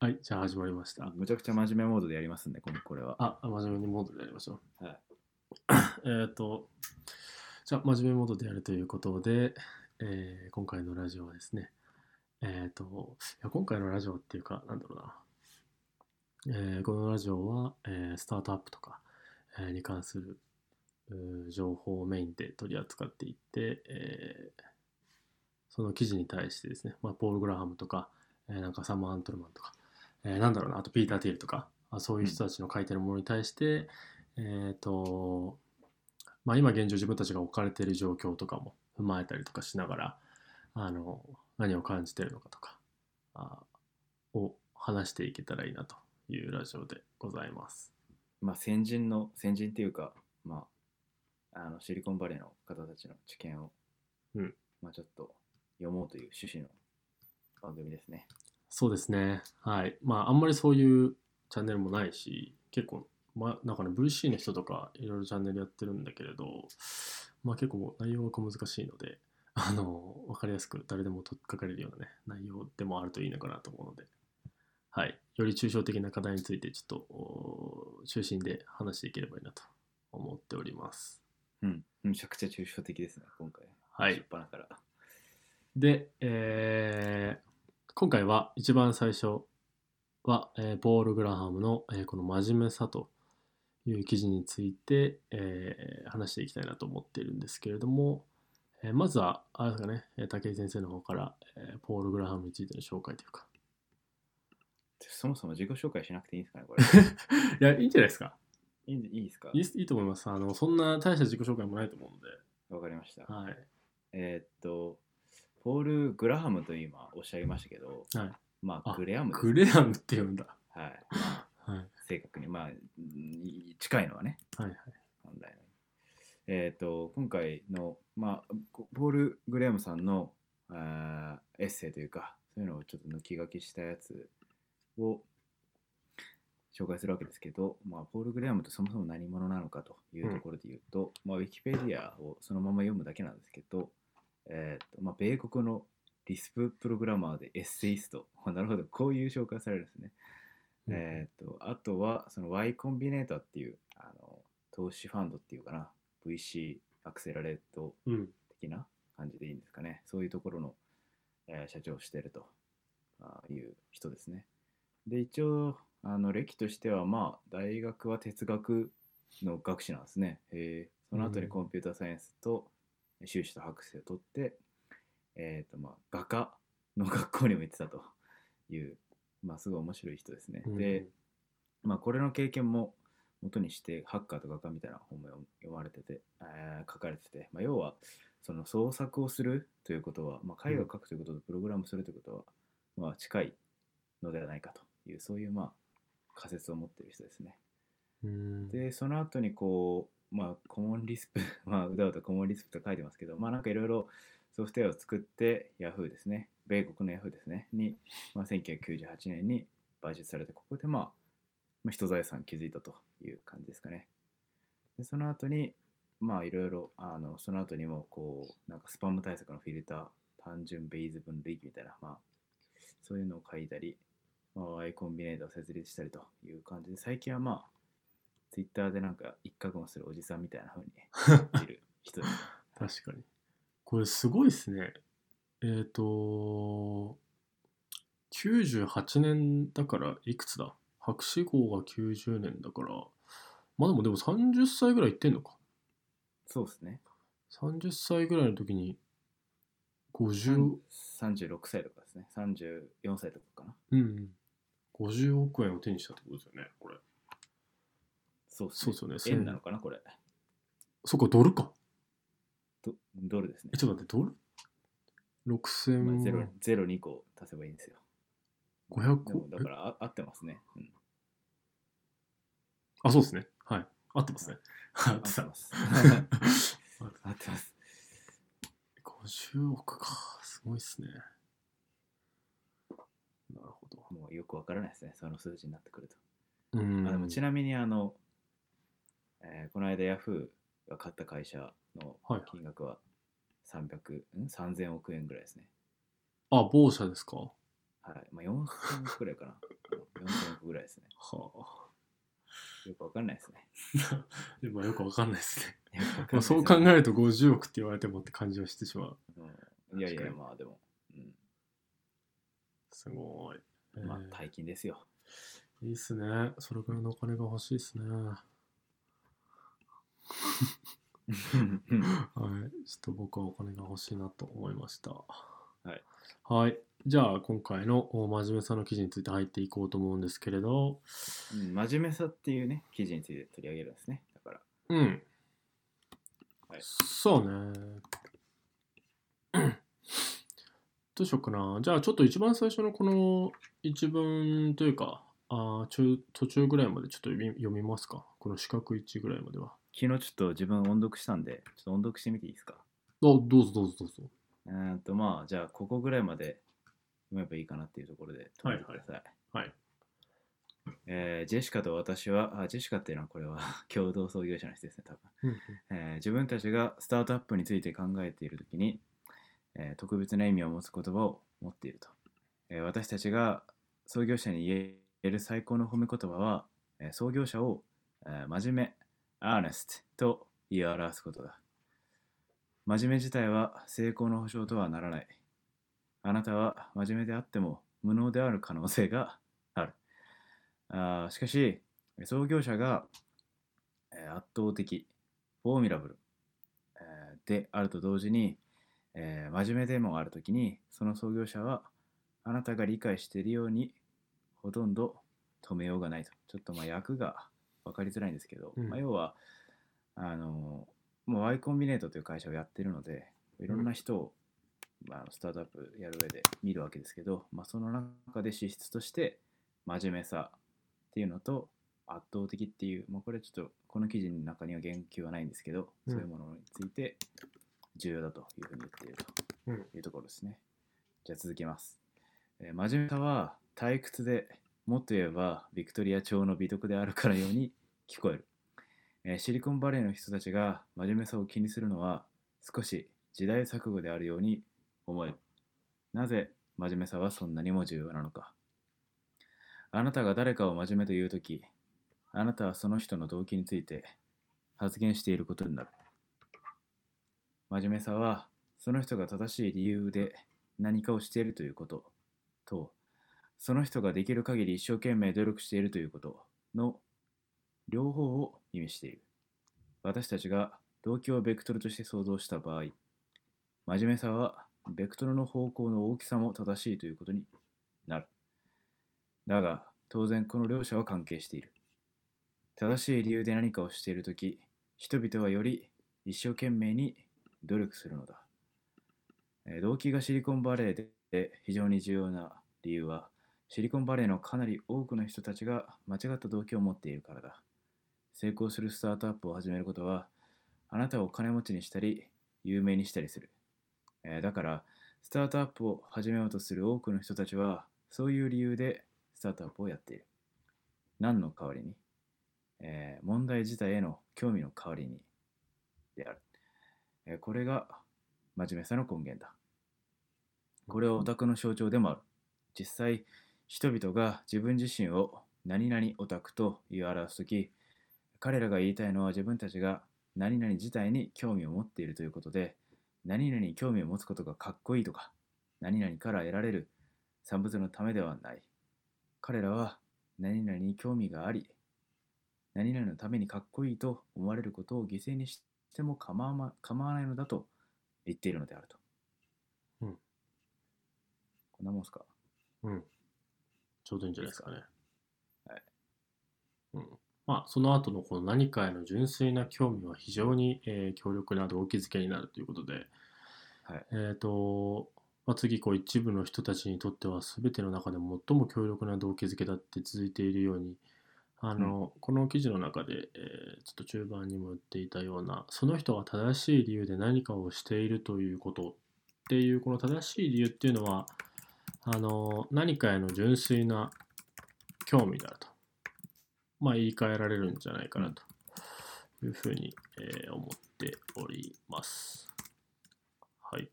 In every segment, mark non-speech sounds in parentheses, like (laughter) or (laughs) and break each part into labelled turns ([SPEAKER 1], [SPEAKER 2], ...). [SPEAKER 1] はい、じゃあ始まりました。
[SPEAKER 2] むちゃくちゃ真面目モードでやりますんで、これは。
[SPEAKER 1] あ、真面目にモードでやりましょ
[SPEAKER 2] う。はい、
[SPEAKER 1] (coughs) えっと、じゃあ真面目モードでやるということで、えー、今回のラジオはですね、えっ、ー、といや、今回のラジオっていうか、なんだろうな、えー、このラジオは、えスタートアップとか、えに関する情報をメインで取り扱っていって、えその記事に対してですね、まあ、ポール・グラハムとか、えなんかサム・アントルマンとか、えー、なんだろうな、あとピーター・ティールとか、あそういう人たちの書いてるものに対して、うん、えっ、と、まあ、今現状自分たちが置かれている状況とかも踏まえたりとかしながら、あの、何を感じてるのかとか、あを話していけたらいいなというラジオでございます。
[SPEAKER 2] まあ、先人の、先人っていうか、まあ、あのシリコンバレーの方たちの知見を、
[SPEAKER 1] うん、
[SPEAKER 2] まあ、ちょっと読もうという趣旨の番組ですね。
[SPEAKER 1] そうですね。はい。まあ、あんまりそういうチャンネルもないし、結構、まあ、なんかね、VC の人とかいろいろチャンネルやってるんだけれど、まあ結構内容が難しいので、 (laughs) あの、わかりやすく誰でも取っかかれるようなね、内容でもあるといいのかなと思うので、はい。より抽象的な課題について、ちょっと、中心で話していければいいなと思っております。
[SPEAKER 2] うん。めちゃくちゃ抽象的ですね、今回。
[SPEAKER 1] はい。
[SPEAKER 2] っ端から。
[SPEAKER 1] で、えー、今回は一番最初は、えー、ポール・グラハムの、えー、この真面目さという記事について、えー、話していきたいなと思っているんですけれども、えー、まずはあれですかね武井先生の方から、えー、ポール・グラハムについての紹介というか (laughs)
[SPEAKER 2] そもそも自己紹介しなくていいんですかね
[SPEAKER 1] (laughs)
[SPEAKER 2] こ
[SPEAKER 1] れいやいいんじゃないですか
[SPEAKER 2] いいいいですか
[SPEAKER 1] いいいいと思いますあのそんな大した自己紹介もないと思うので
[SPEAKER 2] わかりました
[SPEAKER 1] はい
[SPEAKER 2] えっとポール・グラハムと今おっしゃいましたけど、
[SPEAKER 1] はい、
[SPEAKER 2] まあグレアム、ね、
[SPEAKER 1] グレアムって呼んだ
[SPEAKER 2] はい、
[SPEAKER 1] はい、
[SPEAKER 2] 正確にまあ近いのはね
[SPEAKER 1] はいはい
[SPEAKER 2] 本来のえっ、ー、と今回のまあポール・グレアムさんのあエッセイというかそういうのをちょっと抜き書きしたやつを紹介するわけですけど、まあ、ポール・グレアムとそもそも何者なのかというところで言うと、うん、まあ、ウィキペディアをそのまま読むだけなんですけど、えーとまあ、米国のリスププログラマーでエッセイスト。 (laughs) なるほど、こういう紹介されるんですね。うん、えーと、とあとは、その Y コンビネーターっていうあの投資ファンドっていうかな、VC アクセラレート的な感じでいいんですかね。そういうところの、えー、社長をしてるという人ですね。で、一応、あの歴としては、まあ、大学は哲学の学士なんですね。えー、その後にコンピューターサイエンスと、うん修士と博士を取って、えーとまあ、画家の学校にも行ってたという、まあ、すごい面白い人ですね。うん、で、まあ、これの経験も元にして「ハッカーと画家」みたいな本も読まれてて、えー、書かれてて、まあ、要はその創作をするということは、まあ、絵画を描くということとプログラムするということは、うん、まあ、近いのではないかというそういうまあ仮説を持ってる人ですね。
[SPEAKER 1] うん、
[SPEAKER 2] でその後にこうまあ、コモンリスプ (laughs) まあ、うだうだコモンリスプと書いてますけど、まあ、なんかいろいろソフトウェアを作って、Yahoo ですね、米国の Yahoo ですね、に、まあ、1998年に買収されて、ここで、まあ、まあ、人財産築いたという感じですかね。でその後に、まあ、いろいろ、あのその後にも、こう、なんかスパム対策のフィルター、単純ベイズ分類みたいな、まあ、そういうのを書いたり、まあ、Y コンビネーターを設立したりという感じで、最近はまあ、ツイッターでなんか一過言するおじさんみたいな風 (laughs) にいる人です、ね、
[SPEAKER 1] 確かに。これすごいですね。えっ、ー、と、98年だからいくつだ博士号が90年だから、まあでもでも30歳ぐらいいってんのか。
[SPEAKER 2] そうですね。
[SPEAKER 1] 30歳ぐらいの時に、50…
[SPEAKER 2] 36歳とかですね。34歳とかかな。
[SPEAKER 1] うん。50億円を手にしたってことですよね、これ。
[SPEAKER 2] そうそう
[SPEAKER 1] そう
[SPEAKER 2] ね。円なのかな、これ。
[SPEAKER 1] そっか、ドルか。
[SPEAKER 2] ドドルですね。
[SPEAKER 1] ちょっと待って、ドル ?6000 万、
[SPEAKER 2] まあ。0, 0 2個足せばいいんですよ。
[SPEAKER 1] 500
[SPEAKER 2] 個だからあ合ってますね、うん、
[SPEAKER 1] あ、そうですね。はい。合ってますね。
[SPEAKER 2] 合って (laughs) ます。合ってます。
[SPEAKER 1] 50億か。すごいっすね。なるほど。
[SPEAKER 2] もうよくわからないですね。その数字になってくると。
[SPEAKER 1] うん、
[SPEAKER 2] あでもちなみにあの、えー、この間ヤフーが買った会社の金額は300、はい、ん3000億円ぐらいですね。
[SPEAKER 1] あ、某社ですか
[SPEAKER 2] はい。まあ、4000億くらいかな。 (laughs) 4.5ぐらいですね。
[SPEAKER 1] は
[SPEAKER 2] よくわかんないですね。
[SPEAKER 1] あ。でもよくわかんないですね。
[SPEAKER 2] よく (laughs) わかんない
[SPEAKER 1] まあ、そう考える
[SPEAKER 2] ですね
[SPEAKER 1] と50億って言われてもって感じはしてしまう。
[SPEAKER 2] うんいやい
[SPEAKER 1] 確
[SPEAKER 2] や、
[SPEAKER 1] かに
[SPEAKER 2] まあでも、うん
[SPEAKER 1] すごい。えー
[SPEAKER 2] まあ大金ですよ。、
[SPEAKER 1] いいっすね。それぐらいのお金が欲しいっすね。はい、ちょっと僕はお金が欲しいなと思いました。はいはい、じゃあ今回のお真面目さの記事について入っていこうと思うんですけれど、
[SPEAKER 2] うん真面目さっていうね、記事について取り上げるんですね。だから、
[SPEAKER 1] うん、
[SPEAKER 2] はい
[SPEAKER 1] そうね。どうしようかな。じゃあちょっと一番最初のこの一文というか、あー中途中ぐらいまでちょっと読み読みますか。この四角一ぐらいまでは。
[SPEAKER 2] 昨日ちょっと自分音読したんで、ちょっと音読してみていいですか。
[SPEAKER 1] あどうぞどうぞどうぞ。
[SPEAKER 2] うーんと、まあ、じゃあ、ここぐらいまで読めばいいかなっていうところで、
[SPEAKER 1] はい
[SPEAKER 2] ください。
[SPEAKER 1] はい。
[SPEAKER 2] えージェシカと私は、あジェシカっていうのはこれは (laughs) 共同創業者の人ですね、多分、えー自分たちがスタートアップについて考えているときに、えー特別な意味を持つ言葉を持っていると、えー私たちが創業者に言える最高の褒め言葉は、えー創業者を、えー真面目、アーネストと言い表すことだ。真面目自体は成功の保証とはならない。あなたは真面目であっても無能である可能性がある。あーしかし、創業者がえー圧倒的、フォーミラブルえーであると同時に、えー真面目でもあるときに、その創業者はあなたが理解しているようにほとんど止めようがないと。ちょっとまあ訳が分かりづらいんですけど、
[SPEAKER 1] うん
[SPEAKER 2] まあ要は、あのもう Y コンビネートという会社をやってるので、いろんな人を、まあ、スタートアップやる上で見るわけですけど、まあ、その中で資質として真面目さっていうのと圧倒的っていう、まあ、これちょっとこの記事の中には言及はないんですけど、
[SPEAKER 1] うん
[SPEAKER 2] そういうものについて重要だというふうに言っている
[SPEAKER 1] うん
[SPEAKER 2] というところですね。じゃあ続きます。えー真面目さは退屈でもっと言えばビクトリア朝の美徳であるからように (laughs) 聞こえる、えーシリコンバレーの人たちが真面目さを気にするのは少し時代錯誤であるように思えるなぜ真面目さはそんなにも重要なのかあなたが誰かを真面目と言うときあなたはその人の動機について発言していることになる真面目さはその人が正しい理由で何かをしているということとその人ができる限り一生懸命努力しているということの両方を意味している私たちが動機をベクトルとして想像した場合真面目さはベクトルの方向の大きさも正しいということになるだが当然この両者は関係している正しい理由で何かをしているとき人々はより一生懸命に努力するのだえー動機がシリコンバレーで非常に重要な理由はシリコンバレーのかなり多くの人たちが間違った動機を持っているからだ成功するスタートアップを始めることはあなたをお金持ちにしたり有名にしたりする、えーだからスタートアップを始めようとする多くの人たちはそういう理由でスタートアップをやっている何の代わりに、えー問題自体への興味の代わりにである、えーこれが真面目さの根源だこれはオタクの象徴でもある実際人々が自分自身を何々オタクと言い表すとき彼らが言いたいのは自分たちが何々自体に興味を持っているということで何々に興味を持つことがかっこいいとか何々から得られる産物のためではない彼らは何々に興味があり何々のためにかっこいいと思われることを犠牲にしても構わ,、ま、構わないのだと言っているのであると。
[SPEAKER 1] うん
[SPEAKER 2] こんなもんすか
[SPEAKER 1] うん。ちょうどいいんじゃないですかね。
[SPEAKER 2] はい。
[SPEAKER 1] うん。まあ、その後のこの何かへの純粋な興味は非常に、えー強力な動機づけになるということで、
[SPEAKER 2] はい
[SPEAKER 1] えっ、と、まあ、次こう一部の人たちにとっては全ての中で最も強力な動機づけだって続いているようにあの、この記事の中で、えーちょっと中盤にも言っていたようなその人が正しい理由で何かをしているということっていうこの正しい理由っていうのはあの何かへの純粋な興味であると、まあ、言い換えられるんじゃないかなというふうに、えー思っております。はい。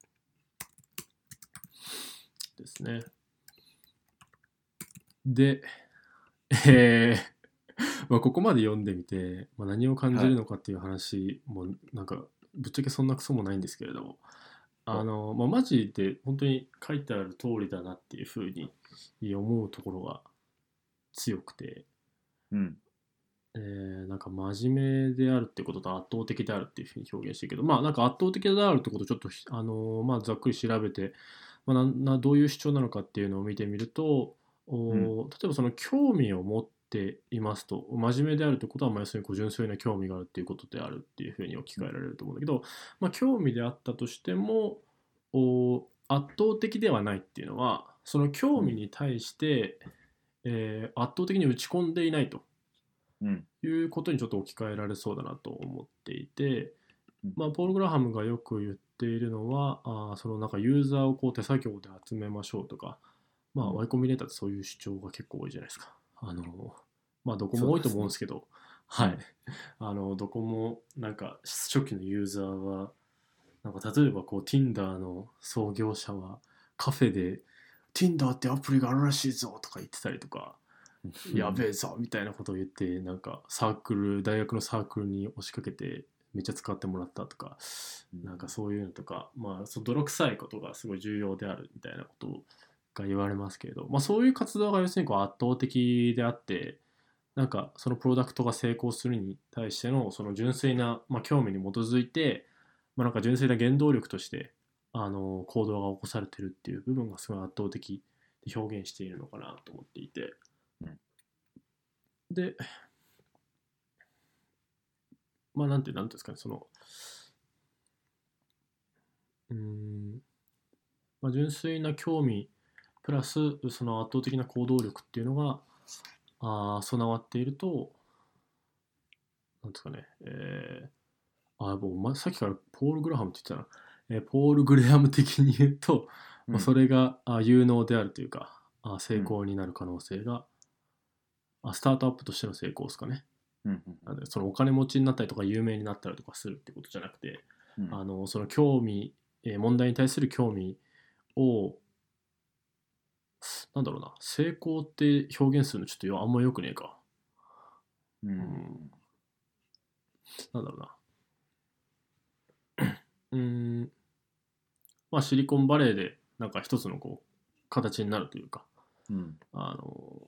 [SPEAKER 1] ですね。で、えーまあ、ここまで読んでみて、まあ、何を感じるのかっていう話もなんかぶっちゃけそんなクソもないんですけれどもあの、まあ、マジで本当に書いてある通りだなっていうふうに思うところが強くて、
[SPEAKER 2] うん。
[SPEAKER 1] えーなんか真面目であるってことと圧倒的であるっていうふうに表現してるけどまあなんか圧倒的であるってことをちょっとひ、あのーまあ、ざっくり調べて、まあ、なんなどういう主張なのかっていうのを見てみるとおー、例えばその興味を持っていますと真面目であるってことはまあ要するにこう純粋な興味があるっていうことであるっていうふうに置き換えられると思うんだけど、まあ、興味であったとしてもお圧倒的ではないっていうのはその興味に対して、えー圧倒的に打ち込んでいないと。
[SPEAKER 2] うん。
[SPEAKER 1] いうことにちょっと置き換えられそうだなと思っていて
[SPEAKER 2] うん、
[SPEAKER 1] まあ、ポール・グラハムがよく言っているのはあーそのなんかユーザーをこう手作業で集めましょうとか、まあ、
[SPEAKER 2] うん
[SPEAKER 1] ワイコンビネーターってそういう主張が結構多いじゃないですか。あのまあ、どこ
[SPEAKER 2] そう
[SPEAKER 1] も多い
[SPEAKER 2] です
[SPEAKER 1] と
[SPEAKER 2] ね
[SPEAKER 1] 思うんですけどはい、 (laughs) あのどこもなんか初期のユーザーはなんか例えばこう Tinder の創業者はカフェで Tinder ってアプリがあるらしいぞとか言ってたりとか (laughs) やべえぞみたいなことを言ってなんかサークル大学のサークルに押しかけてめっちゃ使ってもらったとか
[SPEAKER 2] うん
[SPEAKER 1] なんかそういうのとかまあその泥臭いことがすごい重要であるみたいなことが言われますけれどまあそういう活動が要するにこう圧倒的であってなんかそのプロダクトが成功するに対してのその純粋なまあ興味に基づいてまあなんか純粋な原動力としてあの行動が起こされてるっていう部分がすごい圧倒的で表現しているのかなと思っていて。で、まあ、なんて、なんていうんですかね、その、うーん、まあ、純粋な興味、プラス、その圧倒的な行動力っていうのが、あー備わっていると、なんですかね、えー、あー、もう、ま、さっきからポール・グラハムって言ってたな、えーポール・グレアム的に言うと、まあそれがあ有能であるというかあ成功になる可能性が、あスタートアップとしての成功ですかね
[SPEAKER 2] うん
[SPEAKER 1] なのでそのお金持ちになったりとか有名になったりとかするってことじゃなくて、
[SPEAKER 2] うん
[SPEAKER 1] あのその興味、えー問題に対する興味をなんだろうな成功って表現するのちょっとよあんまよくねえか
[SPEAKER 2] うん
[SPEAKER 1] うんなんだろうな。うーん。まあ、シリコンバレーで、なんか一つのこう、形になるというか、
[SPEAKER 2] うん
[SPEAKER 1] あの、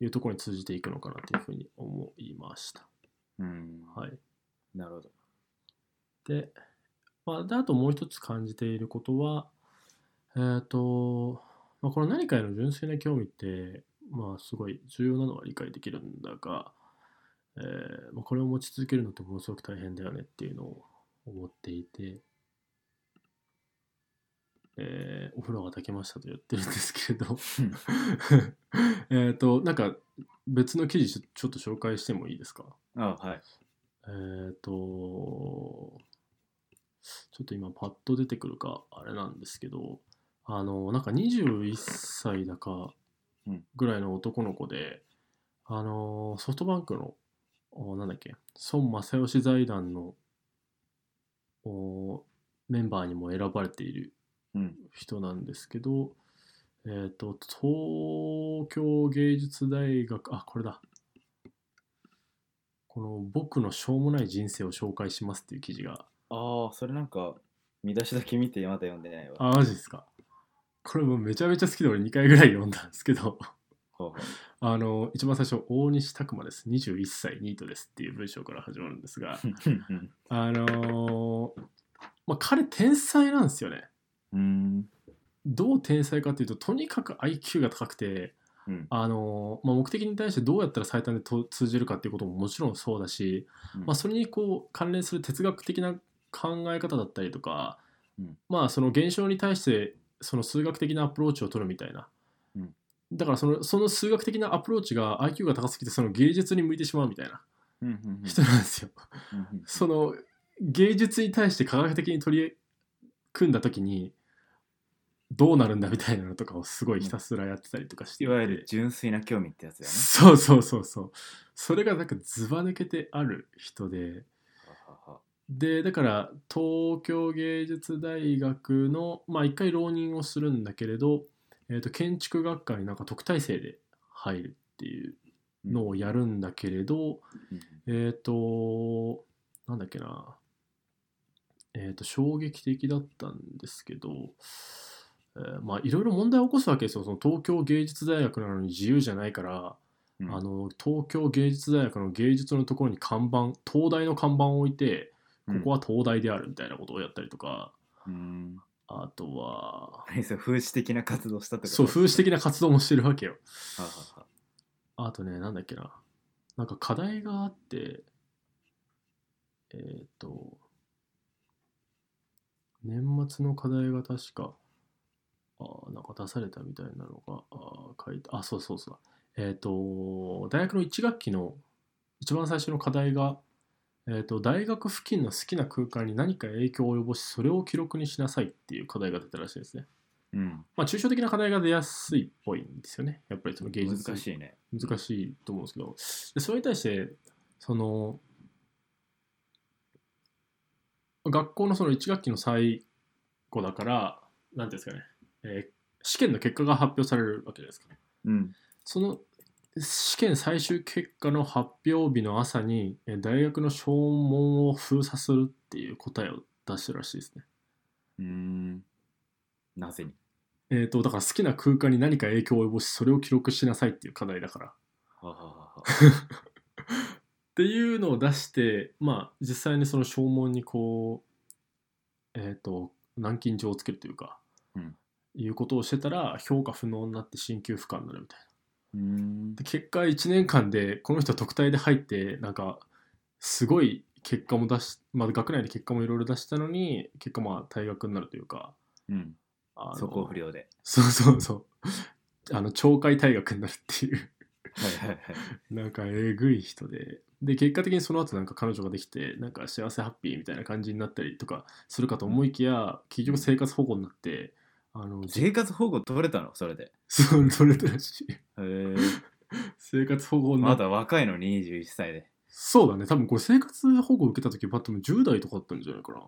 [SPEAKER 1] いうところに通じていくのかなというふうに思いました。
[SPEAKER 2] うん
[SPEAKER 1] はい。
[SPEAKER 2] なるほど。
[SPEAKER 1] で、まあ、であともう一つ感じていることは、えっ、と、まあ、この何かへの純粋な興味って、まあ、すごい重要なのは理解できるんだが、えーまあ、これを持ち続けるのってものすごく大変だよねっていうのを思っていて、えーお風呂が炊けましたと言ってるんですけれど、 (laughs) えっと、なんか別の記事ちょちょっと紹介してもいいですか
[SPEAKER 2] あはい。
[SPEAKER 1] えーと、ちょっと今パッと出てくるか、あれなんですけど、あの、なんか21歳だか
[SPEAKER 2] うん
[SPEAKER 1] ぐらいの男の子で、あの、ソフトバンクの、おなんだっけ、孫正義財団のおメンバーにも選ばれている
[SPEAKER 2] うん
[SPEAKER 1] 人なんですけど、えーと、東京芸術大学、あ、これだ。この僕のしょうもない人生を紹介しますっていう記事が、
[SPEAKER 2] ああ、それなんか、見出しだけ見てまだ読んでないわ。
[SPEAKER 1] あ、マジですか。これもうめちゃめちゃ好きで俺2回ぐらい読んだんですけど、 (laughs)
[SPEAKER 2] ほうほう
[SPEAKER 1] あの、一番最初、大西拓磨です。21歳、ニートですっていう文章から始まるんですが、あのーまあ、彼天才なんですよね。
[SPEAKER 2] うん。
[SPEAKER 1] どう天才かっていうと、とにかく IQ が高くて、
[SPEAKER 2] うん
[SPEAKER 1] あのーまあ、目的に対してどうやったら最短でと通じるかっていうことももちろんそうだし、まあ、それにこう関連する哲学的な考え方だったりとか、
[SPEAKER 2] うん
[SPEAKER 1] まあその現象に対してその数学的なアプローチを取るみたいな、
[SPEAKER 2] うん
[SPEAKER 1] だからそのその数学的なアプローチが IQ が高すぎてその芸術に向いてしまうみたいな
[SPEAKER 2] うんうんうん
[SPEAKER 1] 人なんですよ。
[SPEAKER 2] うん
[SPEAKER 1] その芸術に対して科学的に取り組んだ時にどうなるんだみたいなのとかをすごいひたすらやってたりとかして
[SPEAKER 2] い
[SPEAKER 1] いて
[SPEAKER 2] わゆる純粋な興味ってやつだよね。
[SPEAKER 1] そうそうそうそうそれがなんかずば抜けてある人で
[SPEAKER 2] ははは
[SPEAKER 1] でだから東京芸術大学のまあ一回浪人をするんだけれど、えー、と建築学科になんか特待生で入るっていうのをやるんだけれど、
[SPEAKER 2] うん
[SPEAKER 1] えっ、と、なんだっけな、えっ、と、衝撃的だったんですけど、えーまあ、いろいろ問題を起こすわけですよ。その東京芸術大学なのに自由じゃないから、
[SPEAKER 2] うん
[SPEAKER 1] あの東京芸術大学の芸術のところに看板東大の看板を置いてここは東大であるみたいなことをやったりとか、
[SPEAKER 2] うん
[SPEAKER 1] あとは
[SPEAKER 2] 何それ風刺的な活動したってこと
[SPEAKER 1] そう風刺的な活動もしてるわけよ
[SPEAKER 2] ははは
[SPEAKER 1] あとねなんだっけななんか課題があってえっ、と年末の課題が確かあーなんか出されたみたいなのがあー書いてあそうそうそうだえっ、と大学の1学期の一番最初の課題が、えー、と大学付近の好きな空間に何か影響を及ぼしそれを記録にしなさいっていう課題が出たらしいですね
[SPEAKER 2] うん
[SPEAKER 1] まあ抽象的な課題が出やすいっぽいんですよねやっぱりその芸術
[SPEAKER 2] 難しいね
[SPEAKER 1] 難しいと思うんですけどでそれに対してその学校のその1学期の最後だから何ていうんですかね、えー試験の結果が発表されるわけじゃないですか
[SPEAKER 2] うん
[SPEAKER 1] その試験最終結果の発表日の朝にえー大学の正門を封鎖するっていう答えを出してるらしいですね
[SPEAKER 2] うんなぜに
[SPEAKER 1] えっ、とだから好きな空間に何か影響を及ぼしそれを記録しなさいっていう課題だから
[SPEAKER 2] はははは
[SPEAKER 1] っていうのを出してまあ実際にその正門にこうえっ、と軟禁状をつけるというか、
[SPEAKER 2] うん
[SPEAKER 1] いうことをしてたら評価不能になって進級不可になるみたいな
[SPEAKER 2] うん
[SPEAKER 1] で結果1年間でこの人特待で入ってなんかすごい結果も出し、まあ、学内で結果もいろいろ出したのに結果まあ退学になるというか
[SPEAKER 2] うん
[SPEAKER 1] あの
[SPEAKER 2] そこ不良で
[SPEAKER 1] そうそうそうあの懲戒退学になるっていう
[SPEAKER 2] はいはいはい
[SPEAKER 1] なんかえぐい人で。で、結果的にその後なんか彼女ができて、なんか幸せハッピーみたいな感じになったりとかするかと思いきや、結局生活保護になって、あの、じ
[SPEAKER 2] 生活保護取れたのそれで
[SPEAKER 1] (laughs) そう、取れたらしい。
[SPEAKER 2] へえ
[SPEAKER 1] 生活保護にな
[SPEAKER 2] ま
[SPEAKER 1] っ
[SPEAKER 2] だ若いのに21歳で
[SPEAKER 1] そうだね、多分これ生活保護受けた時、バットも10代とかだったんじゃないかな。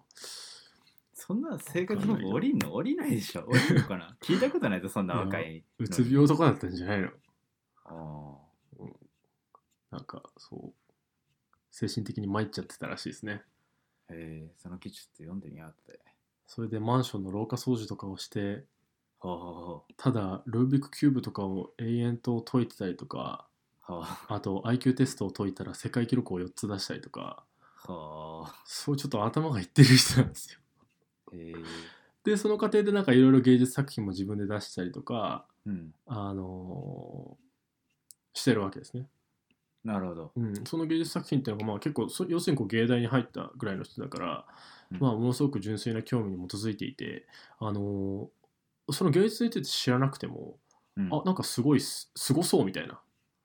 [SPEAKER 2] そんな生活保護降りんの降りないでしょ降りるのか (laughs) な聞いたことないぞそんな若いの
[SPEAKER 1] うつ病とかだったんじゃないの
[SPEAKER 2] ああ
[SPEAKER 1] なんか、そう。精神的に参っちゃってたらしいですね。
[SPEAKER 2] えー、その記事ちょっと読んでみようって。
[SPEAKER 1] それでマンションの廊下掃除とかをして、
[SPEAKER 2] ほうほうほ
[SPEAKER 1] ただ、ルービックキューブとかを永遠と解いてたりとか、
[SPEAKER 2] う。ほう
[SPEAKER 1] あと IQ テストを解いたら世界記録を4つ出したりとか
[SPEAKER 2] ほ
[SPEAKER 1] そういうちょっと頭がいってる人なんですよ。 (laughs)
[SPEAKER 2] う。えー、
[SPEAKER 1] でその過程でなんかいろいろ芸術作品も自分で出したりとか
[SPEAKER 2] うん。
[SPEAKER 1] あのーしてるわけですね。
[SPEAKER 2] なるほど。
[SPEAKER 1] うん、その芸術作品っていうのがまあ結構そ要するにこう芸大に入ったぐらいの人だから、
[SPEAKER 2] うん
[SPEAKER 1] まあものすごく純粋な興味に基づいていてあのーその芸術について知らなくても、
[SPEAKER 2] うん、
[SPEAKER 1] あなんかすごいすすごそうみたいなっ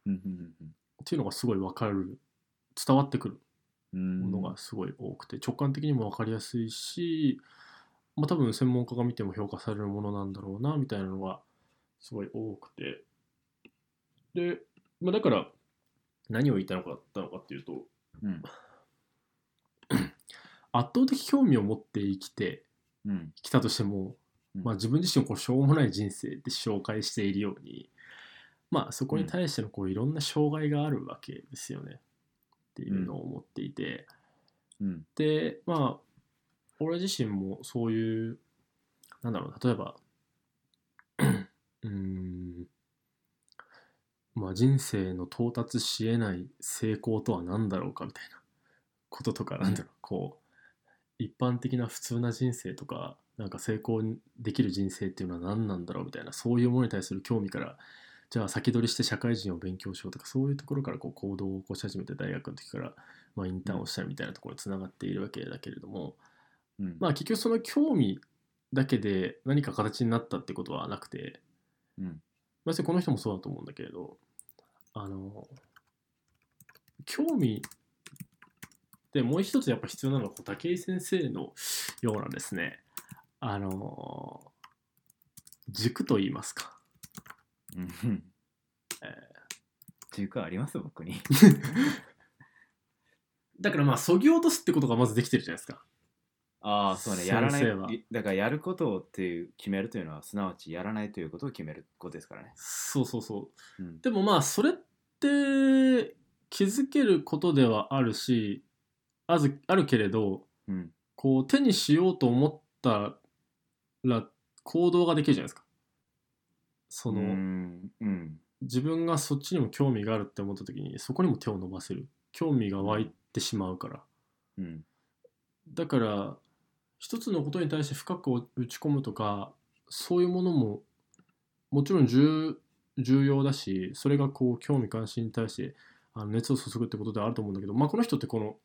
[SPEAKER 2] うんうん
[SPEAKER 1] ていうのがすごい分かる伝わってくる
[SPEAKER 2] うんうん。
[SPEAKER 1] ものがすごい多くて直感的にも分かりやすいし、まあ、多分専門家が見ても評価されるものなんだろうなみたいなのがすごい多くてで、まあ、だから何を言いたかったのかっていうと
[SPEAKER 2] うん。
[SPEAKER 1] 圧倒的興味を持って生きて
[SPEAKER 2] うん。
[SPEAKER 1] きたとしても、
[SPEAKER 2] うん
[SPEAKER 1] まあ、自分自身をこうしょうもない人生で紹介しているように、まあ、そこに対してのこういろんな障害があるわけですよねっていうのを思っていて。
[SPEAKER 2] うん。
[SPEAKER 1] でまあ俺自身もそういうなんだろう例えば (clears throat) うーんまあ人生の到達しえない成功とは何だろうかみたいなこととかなんだろうこう一般的な普通な人生とかなんか成功できる人生っていうのは何なんだろうみたいなそういうものに対する興味からじゃあ先取りして社会人を勉強しようとかそういうところからこう行動を起こし始めて大学の時からまあ、インターンをしたりみたいなところにつながっているわけだけれども、
[SPEAKER 2] うん。 (laughs)
[SPEAKER 1] まあ、結局その興味だけで何か形になったってことはなくて、
[SPEAKER 2] うん
[SPEAKER 1] まあ、この人もそうだと思うんだけれどあの興味でもう一つやっぱ必要なのがこう武井先生のようなですねあの軸といいますか
[SPEAKER 2] うん。
[SPEAKER 1] えー
[SPEAKER 2] 軸あります僕に。
[SPEAKER 1] だからまあそぎ落とすってことがまずできてるじゃないですか
[SPEAKER 2] (laughs) ああ、そうね。
[SPEAKER 1] 先生
[SPEAKER 2] やらない
[SPEAKER 1] は。
[SPEAKER 2] だから、やることをっていう決めるというのは、すなわちやらないということを決めることですからね。
[SPEAKER 1] そうそうそう
[SPEAKER 2] うん。
[SPEAKER 1] でもまあそれっって気づけることではあるしあずあるけれど
[SPEAKER 2] うん。
[SPEAKER 1] こう手にしようと思ったら行動ができるじゃないですかその、
[SPEAKER 2] うん。うん。
[SPEAKER 1] 自分がそっちにも興味があるって思った時にそこにも手を伸ばせる興味が湧いてしまうから
[SPEAKER 2] うん。
[SPEAKER 1] だから一つのことに対して深く打ち込むとかそういうものももちろん重重要だしそれがこう興味関心に対してあの熱を注ぐってことではあると思うんだけど、まあ、この人ってこの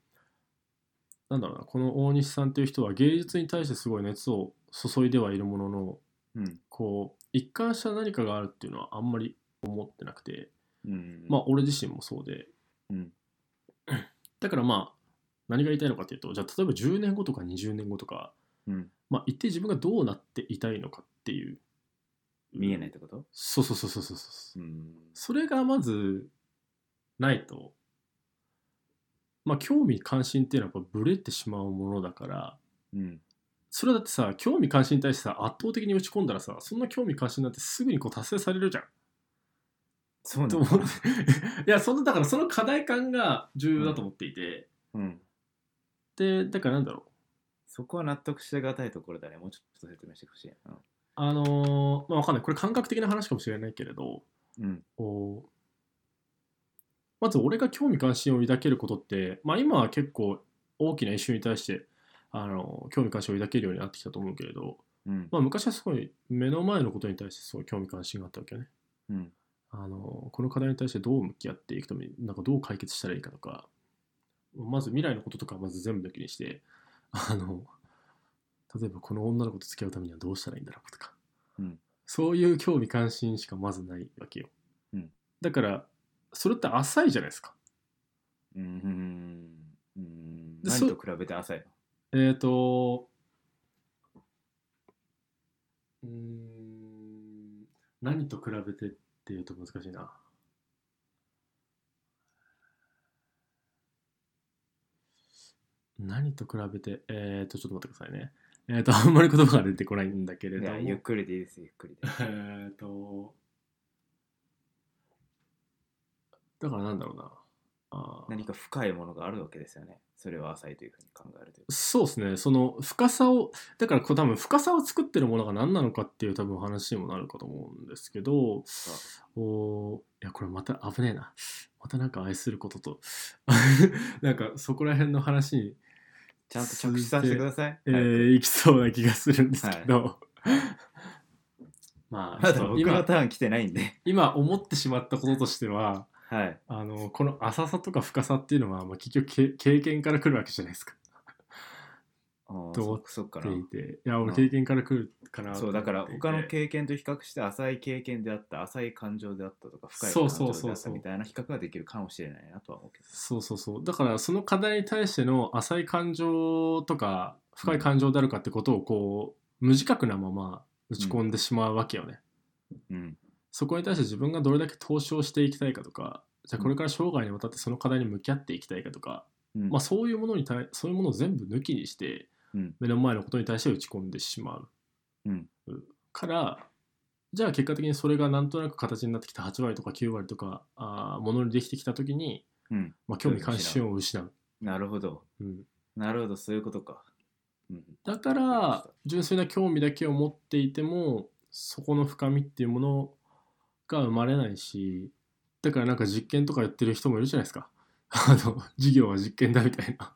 [SPEAKER 1] なんだろうなこの大西さんっていう人は芸術に対してすごい熱を注いではいるものの
[SPEAKER 2] うん。
[SPEAKER 1] こう一貫した何かがあるっていうのはあんまり思ってなくて、
[SPEAKER 2] うん。
[SPEAKER 1] まあ俺自身もそうで
[SPEAKER 2] うん。
[SPEAKER 1] (clears throat) だからまあ何が言いたいのかというとじゃあ例えば10年後とか20年後とか
[SPEAKER 2] うん。
[SPEAKER 1] まあ、一体自分がどうなっていたいのかっていう
[SPEAKER 2] 見えないってこと
[SPEAKER 1] そうそうそうそうそうそう
[SPEAKER 2] うん。
[SPEAKER 1] それがまずないとまあ興味関心っていうのはやっぱブレてしまうものだから
[SPEAKER 2] うん。
[SPEAKER 1] それだってさ興味関心に対してさ圧倒的に打ち込んだらさそんな興味関心なんてすぐにこう達成されるじゃん
[SPEAKER 2] そう
[SPEAKER 1] と
[SPEAKER 2] な
[SPEAKER 1] 思
[SPEAKER 2] ん
[SPEAKER 1] う (laughs) いやそのだからその課題感が重要だと思っていて、
[SPEAKER 2] うん。
[SPEAKER 1] でだからなんだろう
[SPEAKER 2] そこは納得してがたいところだね。もうちょっと説明してほしい。
[SPEAKER 1] あのーまあわかんないこれ感覚的な話かもしれないけれど、
[SPEAKER 2] うん。
[SPEAKER 1] こうまず俺が興味関心を抱けることって、まあ、今は結構大きな一種に対してあの興味関心を抱けるようになってきたと思うけれど、
[SPEAKER 2] うん。
[SPEAKER 1] まあ、昔はすごい目の前のことに対してすごい興味関心があったわけよね。
[SPEAKER 2] うん。
[SPEAKER 1] あのこの課題に対してどう向き合っていくためになんかどう解決したらいいかとかまず未来のこととかはまず全部抜きにしてあの例えばこの女の子と付き合うためにはどうしたらいいんだろうとか、
[SPEAKER 2] うん
[SPEAKER 1] そういう興味関心しかまずないわけよ、
[SPEAKER 2] うん
[SPEAKER 1] だからそれって浅いじゃないですか
[SPEAKER 2] うん。うん。
[SPEAKER 1] で
[SPEAKER 2] 何
[SPEAKER 1] そ
[SPEAKER 2] と比べて浅いの
[SPEAKER 1] えっ、ー、とうーん何と比べてっていうと難しいな何と比べてえっ、ー、とちょっと待ってくださいねえっ、ー、とあん (laughs) まり言葉が出てこないんだけれ
[SPEAKER 2] い
[SPEAKER 1] ど
[SPEAKER 2] や
[SPEAKER 1] も
[SPEAKER 2] ゆっくりでいいです、ゆっくりで。
[SPEAKER 1] えっとだからなんだろうなあー
[SPEAKER 2] 何か深いものがあるわけですよね。それは浅いというふうに考えるという。
[SPEAKER 1] そうですねその深さをだからこう多分深さを作ってるものが何なのかっていう多分話にもなるかと思うんですけどおーいやこれまた危ねえなまたなんか愛すること (laughs) となんかそこら辺の話に、
[SPEAKER 2] ちゃんと着地させてください。
[SPEAKER 1] え
[SPEAKER 2] はい
[SPEAKER 1] ーいきそうな気がするんですけど、まあ
[SPEAKER 2] ま
[SPEAKER 1] ち
[SPEAKER 2] だ
[SPEAKER 1] ょっと
[SPEAKER 2] 僕の
[SPEAKER 1] 今
[SPEAKER 2] ターン来てないんで。
[SPEAKER 1] 今思ってしまったこととしては
[SPEAKER 2] はい。
[SPEAKER 1] あのこの浅さとか深さっていうのは、まあ、結局け経験から来るわけじゃないですか。
[SPEAKER 2] あー
[SPEAKER 1] ど
[SPEAKER 2] そうそっか
[SPEAKER 1] ってい
[SPEAKER 2] な。
[SPEAKER 1] ていや
[SPEAKER 2] う
[SPEAKER 1] 俺
[SPEAKER 2] ん
[SPEAKER 1] 経験から来るかな
[SPEAKER 2] そうだから
[SPEAKER 1] と思っていて
[SPEAKER 2] 他の経験と比較して浅い経験であった浅い感情であったとか深い
[SPEAKER 1] そ
[SPEAKER 2] 感
[SPEAKER 1] うそう
[SPEAKER 2] 情
[SPEAKER 1] そうそう
[SPEAKER 2] であったみたいな比較ができるかもしれないなとは思うけど
[SPEAKER 1] そうそうそうだからその課題に対しての浅い感情とか深い感情であるかってことをこう無自覚なまま打ち込んでしまうわけよね、
[SPEAKER 2] うん
[SPEAKER 1] そこに対して自分がどれだけ投資をしていきたいかとかじゃあこれから生涯にわたってその課題に向き合っていきたいかとか、
[SPEAKER 2] うん
[SPEAKER 1] まあ、そういうものに対そういうものを全部抜きにして
[SPEAKER 2] うん
[SPEAKER 1] 目の前のことに対して打ち込んでしまう、
[SPEAKER 2] うん
[SPEAKER 1] からじゃあ結果的にそれがなんとなく形になってきた8割とか9割とかあーものにできてきた時に、
[SPEAKER 2] うん
[SPEAKER 1] まあ、興味関心を失う、
[SPEAKER 2] なるほど
[SPEAKER 1] うん、
[SPEAKER 2] なるほどそういうことかうん
[SPEAKER 1] だから純粋な興味だけを持っていてもそこの深みっていうものが生まれないしだからなんか実験とかやってる人もいるじゃないですか (laughs) あの授業は実験だみたいな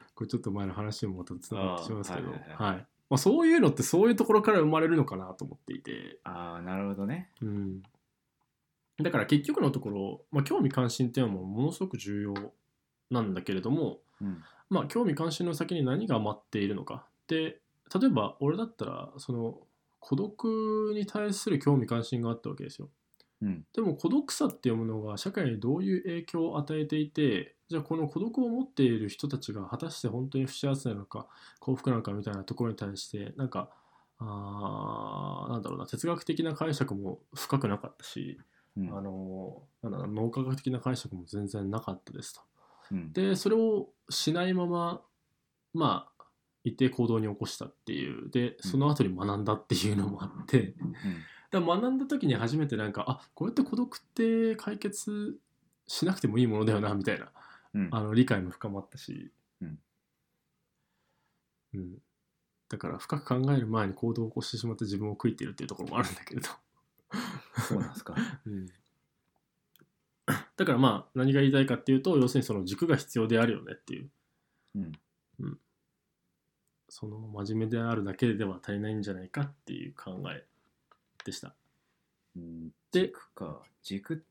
[SPEAKER 1] (laughs) これちょっと前の話にもまたつながってしまいますけど
[SPEAKER 2] あ
[SPEAKER 1] は
[SPEAKER 2] ーはいいはいは
[SPEAKER 1] まあそういうのってそういうところから生まれるのかなと思っていて、
[SPEAKER 2] ああなるほどね
[SPEAKER 1] うん、だから結局のところ、まあ、興味関心っていうのもものすごく重要なんだけれども、
[SPEAKER 2] うん
[SPEAKER 1] まあ、興味関心の先に何が待っているのかで例えば俺だったらその孤独に対する興味関心があったわけですよ
[SPEAKER 2] うん
[SPEAKER 1] でも孤独さっていうものが社会にどういう影響を与えていてじゃあこの孤独を持っている人たちが果たして本当に不幸せなのか幸福なのかみたいなところに対してなんかあーなんだろうな哲学的な解釈も深くなかったし、
[SPEAKER 2] うん
[SPEAKER 1] あのなんだろう脳科学的な解釈も全然なかったですと。
[SPEAKER 2] うん
[SPEAKER 1] でそれをしないまままあ一定行動に起こしたっていうでその後に学んだっていうのもあって、
[SPEAKER 2] うん
[SPEAKER 1] だから学んだ時に初めてなんかあこうやって孤独って解決しなくてもいいものだよなみたいな
[SPEAKER 2] うん
[SPEAKER 1] あの理解も深まったし、
[SPEAKER 2] うん
[SPEAKER 1] うんだから深く考える前に行動を起こしてしまって自分を悔いているっていうところもあるんだけれど、
[SPEAKER 2] そうなんですか。
[SPEAKER 1] (coughs) だからまあ何が言いたいかっていうと要するにその軸が必要であるよねっていう、
[SPEAKER 2] うん
[SPEAKER 1] うんその真面目であるだけでは足りないんじゃないかっていう考えでした。
[SPEAKER 2] うん
[SPEAKER 1] で
[SPEAKER 2] 軸か。軸、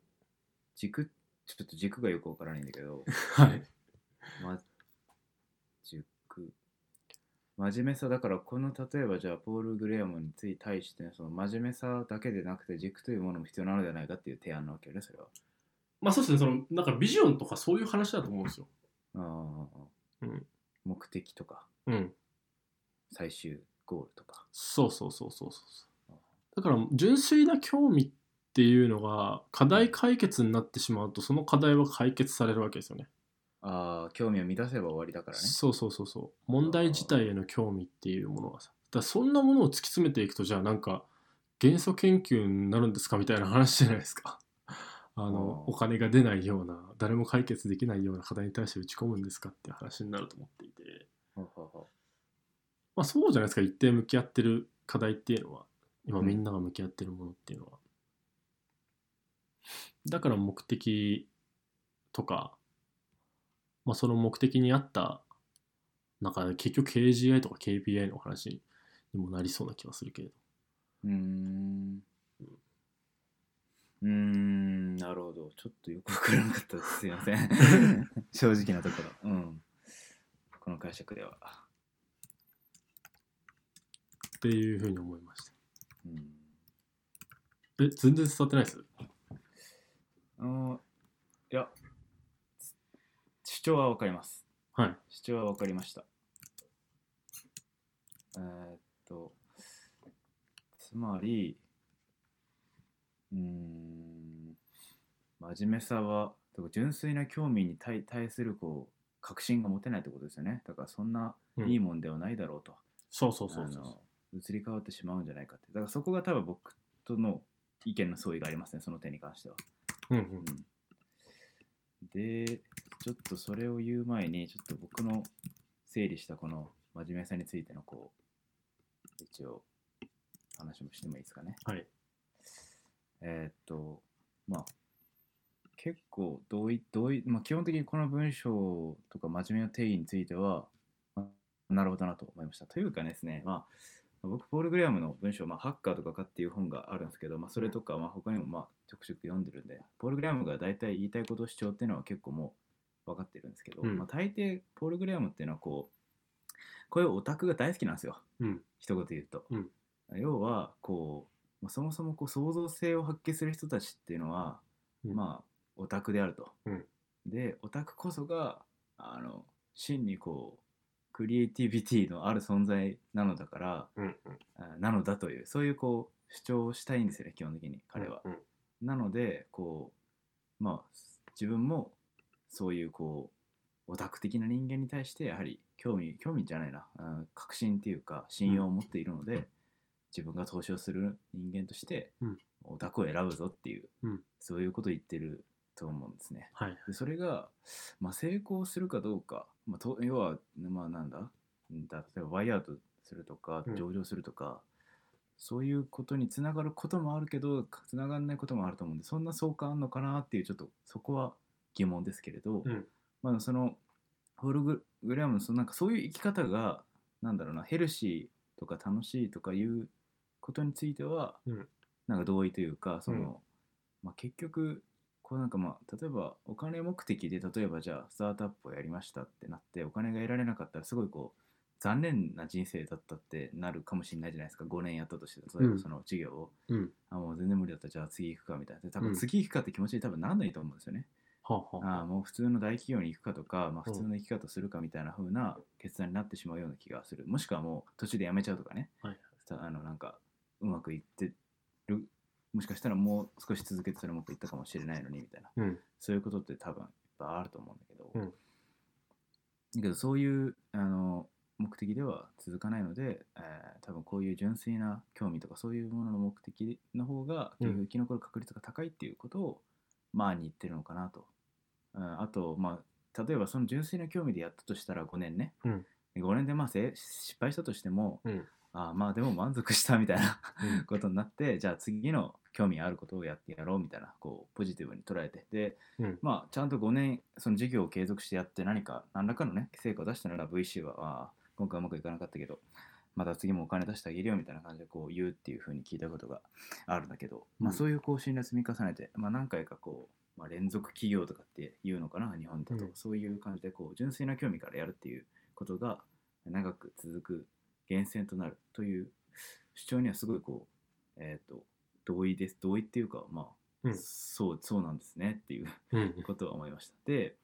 [SPEAKER 2] 軸、ちょっと軸がよくわからないんだけ
[SPEAKER 1] (laughs)
[SPEAKER 2] ど、
[SPEAKER 1] (laughs) はい、
[SPEAKER 2] ま、軸。真面目さ、だからこの例えばじゃあ、ポール・グレアムについ対して、その真面目さだけでなくて軸というものも必要なのではないかっていう提案なわけよね、それは。
[SPEAKER 1] まあそうですねそのなんかビジョンとかそういう話だと思うんですよ。
[SPEAKER 2] ああ、
[SPEAKER 1] うん
[SPEAKER 2] 目的とか、
[SPEAKER 1] うん
[SPEAKER 2] 最終ゴールとか。
[SPEAKER 1] そうそうそうそうそうだから純粋な興味っていうのが課題解決になってしまうとその課題は解決されるわけですよね
[SPEAKER 2] ああ、興味を満たせば終わりだからね。
[SPEAKER 1] そうそうそうそう問題自体への興味っていうものがさだからそんなものを突き詰めていくとじゃあなんか元素研究になるんですかみたいな話じゃないですか (laughs) あの
[SPEAKER 2] あー
[SPEAKER 1] お金が出ないような誰も解決できないような課題に対して打ち込むんですかっていう話になると思っていて
[SPEAKER 2] ほうほうほう
[SPEAKER 1] まあそうじゃないですか一定向き合ってる課題っていうのは今
[SPEAKER 2] うん
[SPEAKER 1] みんなが向き合ってるものっていうのは、だから目的とか、まあ、その目的に合ったなんか結局 KGI とか KPI の話にもなりそうな気はするけれど
[SPEAKER 2] うーん。うーん、なるほど。ちょっとよくわからなかったです。すいません。正直なところ。うん。この解釈では。
[SPEAKER 1] っていうふうに思いました
[SPEAKER 2] うん。
[SPEAKER 1] え全然伝わってないです
[SPEAKER 2] あのいや、主張はわかります。
[SPEAKER 1] はい
[SPEAKER 2] 主張はわかりました。えーっと、つまり、うーん、真面目さは、だから純粋な興味に対対するこう確信が持てないってことですよね。だからそんな
[SPEAKER 1] うん
[SPEAKER 2] いいもんではないだろうと、
[SPEAKER 1] そうそうそうそ
[SPEAKER 2] あ
[SPEAKER 1] う
[SPEAKER 2] の移り変わってしまうんじゃないかって。だからそこが多分僕との意見の相違がありますね、その点に関しては。
[SPEAKER 1] うんうん
[SPEAKER 2] で、ちょっとそれを言う前に、ちょっと僕の整理したこの真面目さについてのこう、一応、話もしてもいいですかね。
[SPEAKER 1] はい
[SPEAKER 2] えーっと、まあ、結構同意、同意、まあ、基本的にこの文章とか真面目の定義については、まあなるほどなと思いました。というかですね、まあ、僕、ポール・グレアムの文章、まあ、ハッカーとかかっていう本があるんですけど、まあ、それとか、まあ、他にも、まあ、ちょくちょく読んでるんで、ポール・グレアムが大体言いたいことを主張っていうのは結構もう分かってるんですけど、
[SPEAKER 1] うん
[SPEAKER 2] まあ、大抵、ポール・グレアムっていうのは、こう、こういうオタクが大好きなんですよ。
[SPEAKER 1] うん
[SPEAKER 2] 一言言うと、
[SPEAKER 1] うん
[SPEAKER 2] 要はこうまあそもそもこう創造性を発揮する人たちっていうのは、
[SPEAKER 1] うん
[SPEAKER 2] まあオタクであると、
[SPEAKER 1] うん
[SPEAKER 2] でオタクこそがあの真にこうクリエイティビティのある存在なのだから
[SPEAKER 1] うん
[SPEAKER 2] あなのだというそういうこう主張をしたいんですよね基本的に彼は、
[SPEAKER 1] うん
[SPEAKER 2] なのでこうまあ自分もそういうこうオタク的な人間に対してやはり興味興味じゃないな、うん確信っていうか信用を持っているので、自分が投資をする人間として、
[SPEAKER 1] うん
[SPEAKER 2] オタクを選ぶぞっていう、
[SPEAKER 1] うん
[SPEAKER 2] そういうことを言ってると思うんですね。
[SPEAKER 1] はい
[SPEAKER 2] でそれが、まあ、成功するかどうか、まあ、と要は、まあ、なんだうんだ例えばワイヤードするとか
[SPEAKER 1] うん
[SPEAKER 2] 上場するとか、そういうことにつながることもあるけどつながらないこともあると思うんでそんな相関あんのかなっていうちょっとそこは疑問ですけれど、
[SPEAKER 1] うん
[SPEAKER 2] まあ、そのホールググレアムのそのなんかそういう生き方がなんだろうなヘルシーとか楽しいとかいうことについては、
[SPEAKER 1] うん
[SPEAKER 2] なんか同意というかその、
[SPEAKER 1] うん
[SPEAKER 2] まあ、結局こうなんかまあ例えばお金目的で例えばじゃあスタートアップをやりましたってなってお金が得られなかったらすごいこう残念な人生だったってなるかもしれないじゃないですか5年やったとして例え
[SPEAKER 1] う
[SPEAKER 2] ば
[SPEAKER 1] ん
[SPEAKER 2] その授業を、
[SPEAKER 1] うん
[SPEAKER 2] あもう全然無理だったじゃあ次行くかみたいなで多
[SPEAKER 1] うん
[SPEAKER 2] 分次行くかって気持ちに多分なんないと思うんですよね、
[SPEAKER 1] はあはあ
[SPEAKER 2] ああもう普通の大企業に行くかとか、まあ、
[SPEAKER 1] うん
[SPEAKER 2] 普通の生き方するかみたいな風な決断になってしまうような気がするもしくはもう途中で辞めちゃうとかね、
[SPEAKER 1] はい
[SPEAKER 2] さあのなんかうまくいってるもしかしたらもう少し続けてたらうまくいったかもしれないのにみたいな
[SPEAKER 1] うん
[SPEAKER 2] そういうことって多分いっぱいあると思うんだけど、
[SPEAKER 1] うん
[SPEAKER 2] だけどそういうあの目的では続かないので、えー多分こういう純粋な興味とかそういうものの目的の方が
[SPEAKER 1] うん
[SPEAKER 2] 結局生き残る確率が高いっていうことをまあに言ってるのかなと、うんあとまあ例えばその純粋な興味でやったとしたら5年ね、
[SPEAKER 1] うん
[SPEAKER 2] 5年でまあせ失敗したとしても、
[SPEAKER 1] うん
[SPEAKER 2] あーまあでも満足したみたいな
[SPEAKER 1] うん
[SPEAKER 2] (laughs) ことになってじゃあ次の興味あることをやってやろうみたいなこうポジティブに捉えてで、
[SPEAKER 1] うん
[SPEAKER 2] まあちゃんと5年その事業を継続してやって何か何らかのね成果を出したなら VC はあー今回うまくいかなかったけどまた次もお金出してあげるよみたいな感じでこう言うっていうふうに聞いたことがあるんだけど、まあ、
[SPEAKER 1] うん
[SPEAKER 2] そういうこう信頼積み重ねて、まあ、何回かこう、まあ、連続企業とかっていうのかな日本だと、
[SPEAKER 1] うん
[SPEAKER 2] そういう感じでこう純粋な興味からやるっていうことが長く続く源泉となるという主張にはすごいこう、えー、と同意です同意っていうかまあ、
[SPEAKER 1] うん
[SPEAKER 2] そうそうなんですねっていう
[SPEAKER 1] うん
[SPEAKER 2] ことは思いました。で、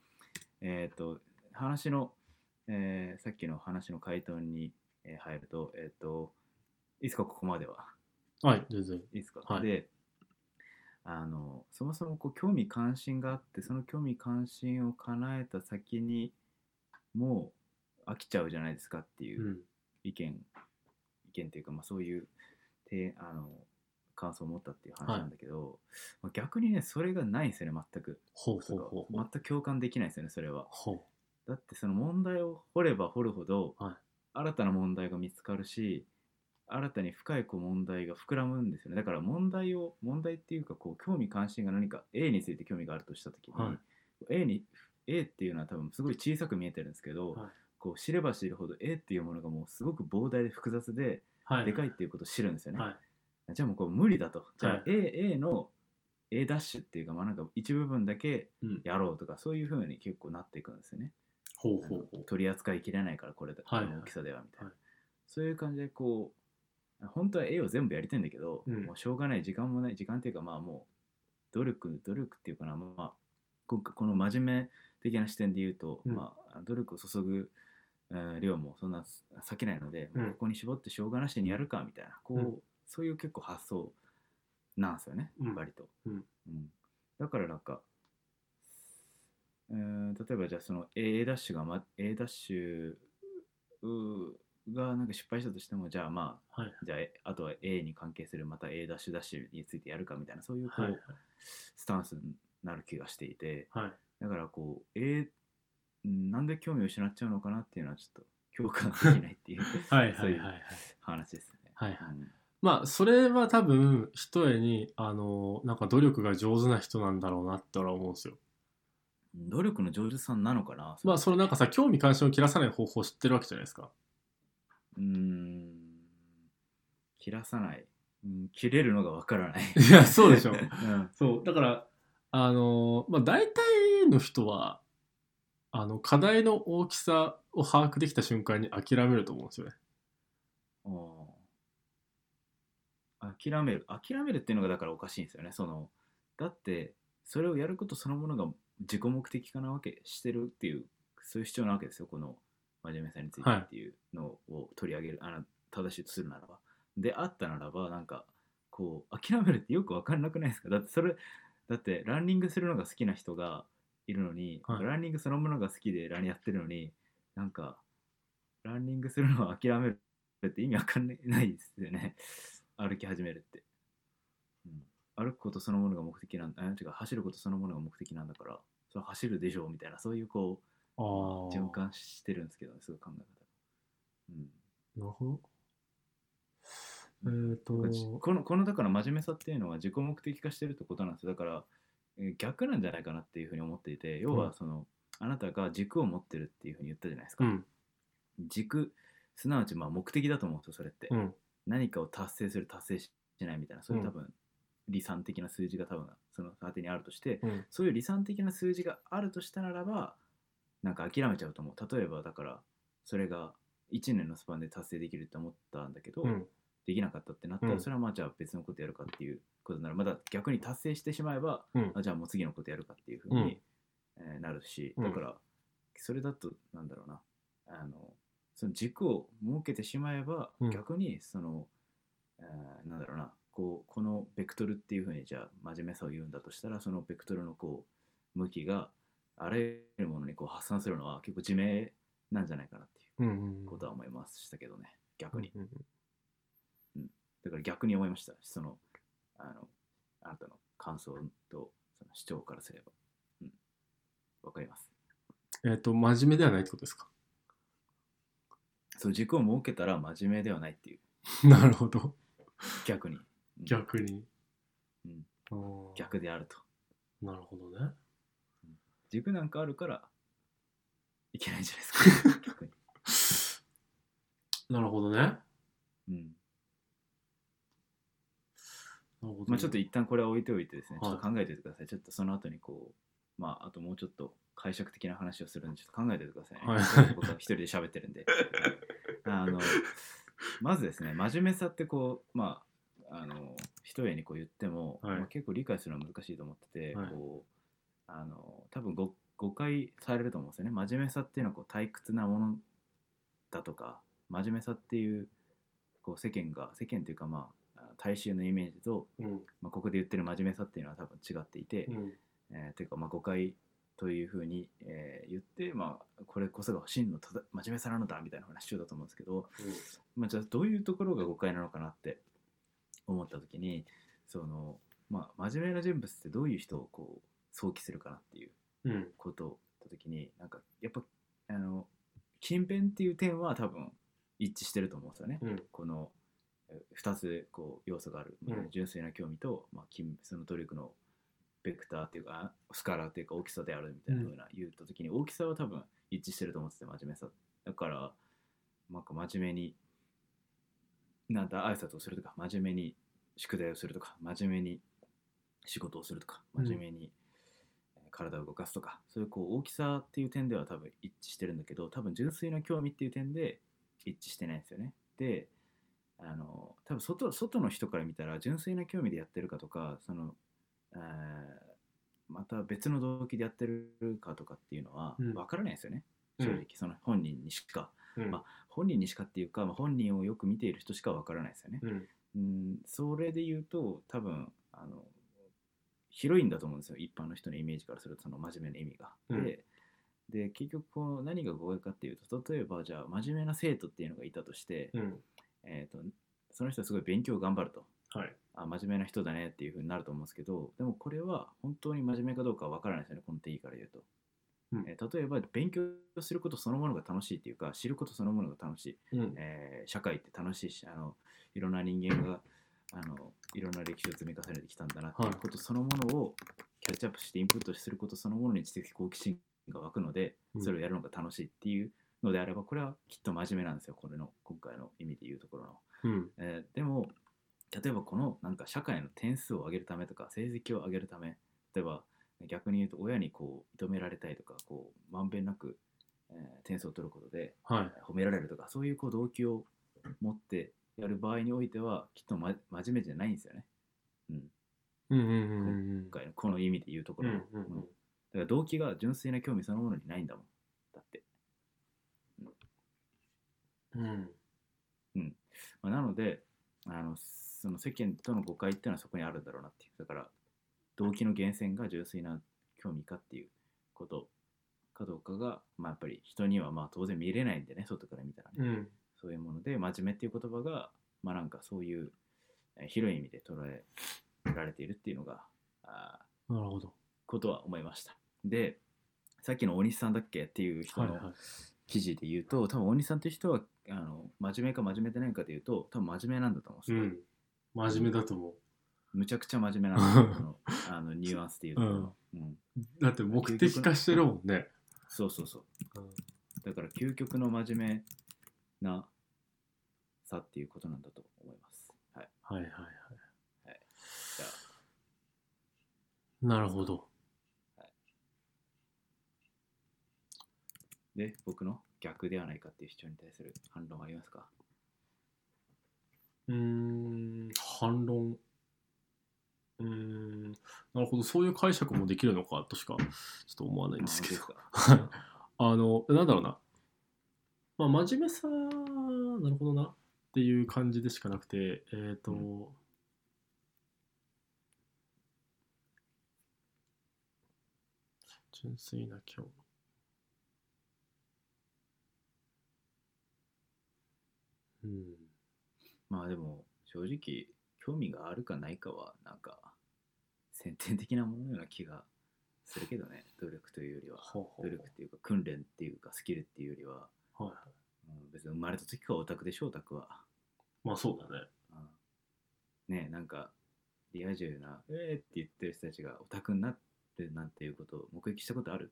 [SPEAKER 2] えっと話の、えーさっきの話の回答にえー入ると,、えっといつかここまでは
[SPEAKER 1] はい、全然。
[SPEAKER 2] いいですか、
[SPEAKER 1] はい。
[SPEAKER 2] であのそもそもこう興味関心があってその興味関心を叶えた先にもう飽きちゃうじゃないですかっていううん意見意見というか、まあ、そういうてあの感想を持ったっていう話なんだけど、まあ逆にねそれがないんですよね全く
[SPEAKER 1] ほうほうほうほ
[SPEAKER 2] 全
[SPEAKER 1] う。
[SPEAKER 2] く共感できないんですよねそれは
[SPEAKER 1] ほう。
[SPEAKER 2] だってその問題を掘れば掘るほど、
[SPEAKER 1] はい
[SPEAKER 2] 新たな問題が見つかるし新たに深いこう問題が膨らむんですよねだから問題を問題っていうかこう興味関心が何か A について興味があるとした時に、
[SPEAKER 1] は
[SPEAKER 2] A, に A っていうのは多分すごい小さく見えてるんですけど、
[SPEAKER 1] はい
[SPEAKER 2] こう知れば知るほど A っていうものがもうすごく膨大で複雑で、
[SPEAKER 1] はい。
[SPEAKER 2] でかいっていうことを知るんですよね、
[SPEAKER 1] はい。
[SPEAKER 2] じゃあもうこれ無理だとじゃ
[SPEAKER 1] は
[SPEAKER 2] あ
[SPEAKER 1] い
[SPEAKER 2] A,、A の A ダッシュっていうかまあなんか一部分だけ
[SPEAKER 1] うん。
[SPEAKER 2] やろうとかそういうふうに結構なっていくんですよね
[SPEAKER 1] ほう
[SPEAKER 2] あ
[SPEAKER 1] ほ
[SPEAKER 2] の
[SPEAKER 1] うほう。
[SPEAKER 2] 取り扱いきれないからこれだ、
[SPEAKER 1] はいはい
[SPEAKER 2] この大きさではみたいな、
[SPEAKER 1] はい
[SPEAKER 2] そういう感じでこう本当は絵を全部やりたいんだけど、
[SPEAKER 1] うん
[SPEAKER 2] もうしょうがない時間もない時間っていうかまあもう努力努力っていうかなまあ今回この真面目的な視点で言うと、
[SPEAKER 1] うん
[SPEAKER 2] まあ、努力を注ぐ、えー量もそんな避けないので、
[SPEAKER 1] うん
[SPEAKER 2] もうここに絞ってしょうがなしにやるかみたいなこう、
[SPEAKER 1] うん
[SPEAKER 2] そういう結構発想なんですよね、
[SPEAKER 1] うん
[SPEAKER 2] 割と、
[SPEAKER 1] うん
[SPEAKER 2] うんだからなんかうーん例えばじゃあその A ダッシュが、ま、A ダッシュうーがなんか失敗したとしてもじゃあまあ、
[SPEAKER 1] はい
[SPEAKER 2] じゃあえあとは A に関係するまた A ダッシュダッシュについてやるかみたいなそういうこう、
[SPEAKER 1] はい。
[SPEAKER 2] スタンスになる気がしていて
[SPEAKER 1] はい。
[SPEAKER 2] だからこう A うんなんで興味を失っちゃうのかなっていうのはちょっと共感できないっていう (laughs)
[SPEAKER 1] はい。
[SPEAKER 2] そ
[SPEAKER 1] は
[SPEAKER 2] う
[SPEAKER 1] い。
[SPEAKER 2] い
[SPEAKER 1] は
[SPEAKER 2] う
[SPEAKER 1] い。
[SPEAKER 2] 話ですね。
[SPEAKER 1] はい。はい。
[SPEAKER 2] うん
[SPEAKER 1] まあ、それは多分、ひとえに、あの、なんか努力が上手な人なんだろうなって俺は思うんですよ。
[SPEAKER 2] 努力の上手さんなのかな
[SPEAKER 1] まあ、そのなんかさ、興味関心を切らさない方法知ってるわけじゃないですか。
[SPEAKER 2] うーん切らさない、うん、切れるのがわからない
[SPEAKER 1] いや、そうでしょ
[SPEAKER 2] (laughs) う。ん
[SPEAKER 1] そう。だから、あの、まあ、大体の人は、あの、課題の大きさを把握できた瞬間に諦めると思うんですよね。
[SPEAKER 2] あー諦める諦めるっていうのがだからおかしいんですよねそのだってそれをやることそのものが自己目的化なわけしてるっていうそういう主張なわけですよこの真面目さについて
[SPEAKER 1] はい
[SPEAKER 2] っていうのを取り上げる、あの正しいとするならばであったならばなんかこう諦めるってよく分かんなくないですかだってそれだってランニングするのが好きな人がいるのに、
[SPEAKER 1] はい
[SPEAKER 2] ランニングそのものが好きでランやってるのになんかランニングするのは諦めるって意味わかんないですよね (laughs) 歩き始めるって、うん、歩くことそのものが目的なんだ違う走ることそのものが目的なんだからそれは走るでしょうみたいなそういうこ
[SPEAKER 1] あ
[SPEAKER 2] う
[SPEAKER 1] あ。
[SPEAKER 2] 循環してるんですけどねすごい考え方、うん、
[SPEAKER 1] なるほど。えっ、と、
[SPEAKER 2] このこのだから真面目さっていうのは自己目的化してるってことなんですよだからえー逆なんじゃないかなっていうふうに思っていて要
[SPEAKER 1] う
[SPEAKER 2] は
[SPEAKER 1] ん
[SPEAKER 2] その、あなたが軸を持ってるっていうふうに言ったじゃないです
[SPEAKER 1] う
[SPEAKER 2] か、
[SPEAKER 1] ん、
[SPEAKER 2] 軸すなわちまあ目的だと思うんですよそれって、
[SPEAKER 1] うん、
[SPEAKER 2] 何かを達成する達成しないみたいなそういう
[SPEAKER 1] うん
[SPEAKER 2] 多分理算的な数字が多分その当てにあるとして、
[SPEAKER 1] うん、
[SPEAKER 2] そういう理算的な数字があるとしたならばなんか諦めちゃうと思う例えばだからそれが1年のスパンで達成できるって思ったんだけど、
[SPEAKER 1] うん、
[SPEAKER 2] できなかったってなった
[SPEAKER 1] う
[SPEAKER 2] ら
[SPEAKER 1] ん
[SPEAKER 2] それはまあじゃあ別のことやるかっていうことになるまだ逆に達成してしまえば、
[SPEAKER 1] うん
[SPEAKER 2] あじゃあもう次のことやるかっていうふうに、えーなるし
[SPEAKER 1] うん
[SPEAKER 2] だからそれだとなんだろうなあのその軸を設けてしまえば
[SPEAKER 1] うん
[SPEAKER 2] 逆にその、えーなんだろうなこうこのベクトルっていうふうにじゃあ真面目さを言うんだとしたらそのベクトルのこう向きがあらゆるものにこう発散するのは結構自明なんじゃないかなっていう
[SPEAKER 1] うんうん
[SPEAKER 2] ことは思いましたけどね、逆に。
[SPEAKER 1] うんうん
[SPEAKER 2] だから逆に思いました、その、あの、あなたの感想とその主張からすれば。うん。わかります。
[SPEAKER 1] うんえっと真面目ではないってことですか (laughs)
[SPEAKER 2] そう、軸を設けたら真面目ではないっていう、
[SPEAKER 1] なるほど
[SPEAKER 2] 逆に。うん
[SPEAKER 1] 逆に、
[SPEAKER 2] うん
[SPEAKER 1] あー
[SPEAKER 2] 逆であると。
[SPEAKER 1] なるほどね
[SPEAKER 2] 軸なんかあるから、いけないんじゃないですか、逆に。
[SPEAKER 1] なるほどねなる
[SPEAKER 2] うん。
[SPEAKER 1] ほどね
[SPEAKER 2] まあ、ちょっと一旦これは置いておいてですね、
[SPEAKER 1] はい
[SPEAKER 2] ちょっと考えておいてください。ちょっとその後にこう、まあ、あともうちょっと解釈的な話をするんで、ちょっと考えておいてくださいね。
[SPEAKER 1] はい
[SPEAKER 2] ちょっと僕は一人で喋ってるんで。あのまずですね、真面目さってこう、まあ、あの一重にこう言っても、
[SPEAKER 1] はい
[SPEAKER 2] まあ、結構理解するのは難しいと思ってて、
[SPEAKER 1] はい
[SPEAKER 2] こうあの多分ご誤解されると思うんですよね。真面目さっていうのはこう退屈なものだとか、真面目さっていうこう世間が、世間というか、まあ、大衆のイメージと
[SPEAKER 1] うん
[SPEAKER 2] まあ、ここで言ってる真面目さっていうのは多分違っていて、
[SPEAKER 1] うん
[SPEAKER 2] えーというかまあ誤解というふうに、えー言って、まあ、これこそが真のただ真面目さなのだみたいな話をだと思うんですけど、まあ、じゃあどういうところが誤解なのかなって思った時にその、まあ、真面目な人物ってどういう人をこう想起するかなっていう
[SPEAKER 1] うん
[SPEAKER 2] ことを言った時になんかやっぱあの勤勉っていう点は多分一致してると思うんですよね。
[SPEAKER 1] うん
[SPEAKER 2] この2つこう要素がある、
[SPEAKER 1] うん
[SPEAKER 2] 純粋な興味と、まあ、勤その努力のベクターっていうかあスカラーっていうか大きさであるみたいなふうな言った時に、大きさは多分一致してると思ってて真面目さだからなんか真面目になんだ挨拶をするとか真面目に宿題をするとか真面目に仕事をするとか
[SPEAKER 1] うん
[SPEAKER 2] 真面目に体を動かすとか、そういうこう大きさっていう点では多分一致してるんだけど多分純粋な興味っていう点で一致してないんですよね。であの多分外外の人から見たら純粋な興味でやってるかとかその、えーまた別の動機でやってるかとかっていうのは
[SPEAKER 1] うん
[SPEAKER 2] 分からないですよね、
[SPEAKER 1] うん
[SPEAKER 2] 正直その本人にしか
[SPEAKER 1] うん
[SPEAKER 2] ま本人にしかっていうか、まあ、本人をよく見ている人しか分からないですよね。
[SPEAKER 1] うん
[SPEAKER 2] うん、それで言うと多分あの広いんだと思うんですよ一般の人のイメージからするとその真面目な意味が。
[SPEAKER 1] うん
[SPEAKER 2] でで結局こう何が誤解かっていうと例えばじゃあ真面目な生徒っていうのがいたとして、
[SPEAKER 1] うん
[SPEAKER 2] えー、とその人はすごい勉強を頑張ると
[SPEAKER 1] はい
[SPEAKER 2] あ真面目な人だねっていうふうになると思うんですけどでもこれは本当に真面目かどうかは分からないですよねこの定義から言うと、
[SPEAKER 1] うん
[SPEAKER 2] えー例えば勉強することそのものが楽しいっていうか知ることそのものが楽しい、
[SPEAKER 1] うん
[SPEAKER 2] えー社会って楽しいしあのいろんな人間があのいろんな歴史を積み重ねてきたんだなっていうことそのものをキャッチアップしてインプットすることそのものに知的好奇心が湧くので
[SPEAKER 1] うん
[SPEAKER 2] それをやるのが楽しいっていうのであればこれはきっと真面目なんですよこれの今回の意味で言うところの。
[SPEAKER 1] うん
[SPEAKER 2] えーでも例えばこのなんか社会の点数を上げるためとか成績を上げるため例えば逆に言うと親にこう認められたいとかこうまんべんなく、えー点数を取ることで
[SPEAKER 1] はい
[SPEAKER 2] 褒められるとかそういうこう動機を持ってやる場合においてはきっと、ま、真面目じゃないんですよね
[SPEAKER 1] うんうんうんうん
[SPEAKER 2] 今回のこの意味で言うところの、
[SPEAKER 1] うんうんうん
[SPEAKER 2] だから動機が純粋な興味そのものにないんだもんだって、
[SPEAKER 1] うん
[SPEAKER 2] まあ、なのであのその世間との誤解っていうのはそこにあるんだろうなっていうだから動機の源泉が純粋な興味かっていうことかどうかが、まあ、やっぱり人にはまあ当然見れないんでね外から見たらね、
[SPEAKER 1] うん
[SPEAKER 2] そういうもので真面目っていう言葉がまあなんかそういうえー広い意味で捉えられているっていうのがあー
[SPEAKER 1] なるほど
[SPEAKER 2] ことは思いましたでさっきの大西さんだっけっていう人
[SPEAKER 1] はい
[SPEAKER 2] の
[SPEAKER 1] はい
[SPEAKER 2] 記事で言うと、多分大西さんっていう人はあの真面目か真面目でないかでいうと多分真面目なんだと思うんで
[SPEAKER 1] う
[SPEAKER 2] すよ、
[SPEAKER 1] ん真面目だと思う
[SPEAKER 2] むちゃくちゃ真面目なんです
[SPEAKER 1] (laughs)
[SPEAKER 2] よそのあのニュアンスで言うと、うん
[SPEAKER 1] だって目的化してるもんね。
[SPEAKER 2] そうそうそうだから究極の真面目なさっていうことなんだと思いますはい
[SPEAKER 1] はいはいはい。
[SPEAKER 2] じゃあ
[SPEAKER 1] なるほど。
[SPEAKER 2] で、僕の逆ではないかっていう主張に対する反論はありますか
[SPEAKER 1] うーん、反論。うーん、なるほど。そういう解釈もできるのかとしかちょっと思わないんですけど。
[SPEAKER 2] あ本当ですか
[SPEAKER 1] あの、なんだろうな。まあ、真面目さ、なるほどな。っていう感じでしかなくて、えっ、と、
[SPEAKER 2] う
[SPEAKER 1] 純粋な興味。うん。
[SPEAKER 2] まあでも正直興味があるかないかはなんか先天的なもののような気がするけどね努力というよりは
[SPEAKER 1] ほうほ
[SPEAKER 2] 努
[SPEAKER 1] う
[SPEAKER 2] 力っていうか訓練っていうかスキルっていうよりは、
[SPEAKER 1] ほう。はい。
[SPEAKER 2] うん、別に生まれた時からオタクでしょオタクは、
[SPEAKER 1] まあそうだね。
[SPEAKER 2] うん、ねえなんかリア充な「えー!」って言ってる人たちがオタクになるなんていうことを目撃したことある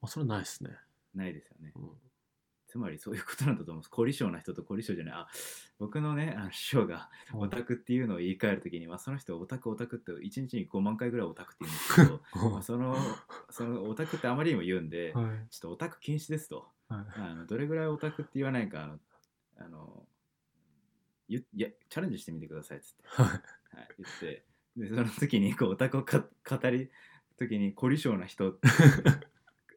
[SPEAKER 1] まあそれないですね。
[SPEAKER 2] ないですよね (laughs)
[SPEAKER 1] うん。
[SPEAKER 2] つまりそういうことなんだと思うんです凝り性な人と凝り性じゃないあ僕のねあの師匠がオタクっていうのを言い換えるときに、まあ、その人はオタクオタクって1日に5万回ぐらいオタクって言うんで
[SPEAKER 1] (laughs)
[SPEAKER 2] すけどまあそのそのオタクってあまりにも言うんで、
[SPEAKER 1] はい。
[SPEAKER 2] ちょっとオタク禁止ですと
[SPEAKER 1] はい。
[SPEAKER 2] あのどれぐらいオタクって言わないかあのあのゆいやチャレンジしてみてくださいっつって、
[SPEAKER 1] はい。
[SPEAKER 2] はい、言ってでその時にこうオタクをか語り時に凝り性な人
[SPEAKER 1] (laughs)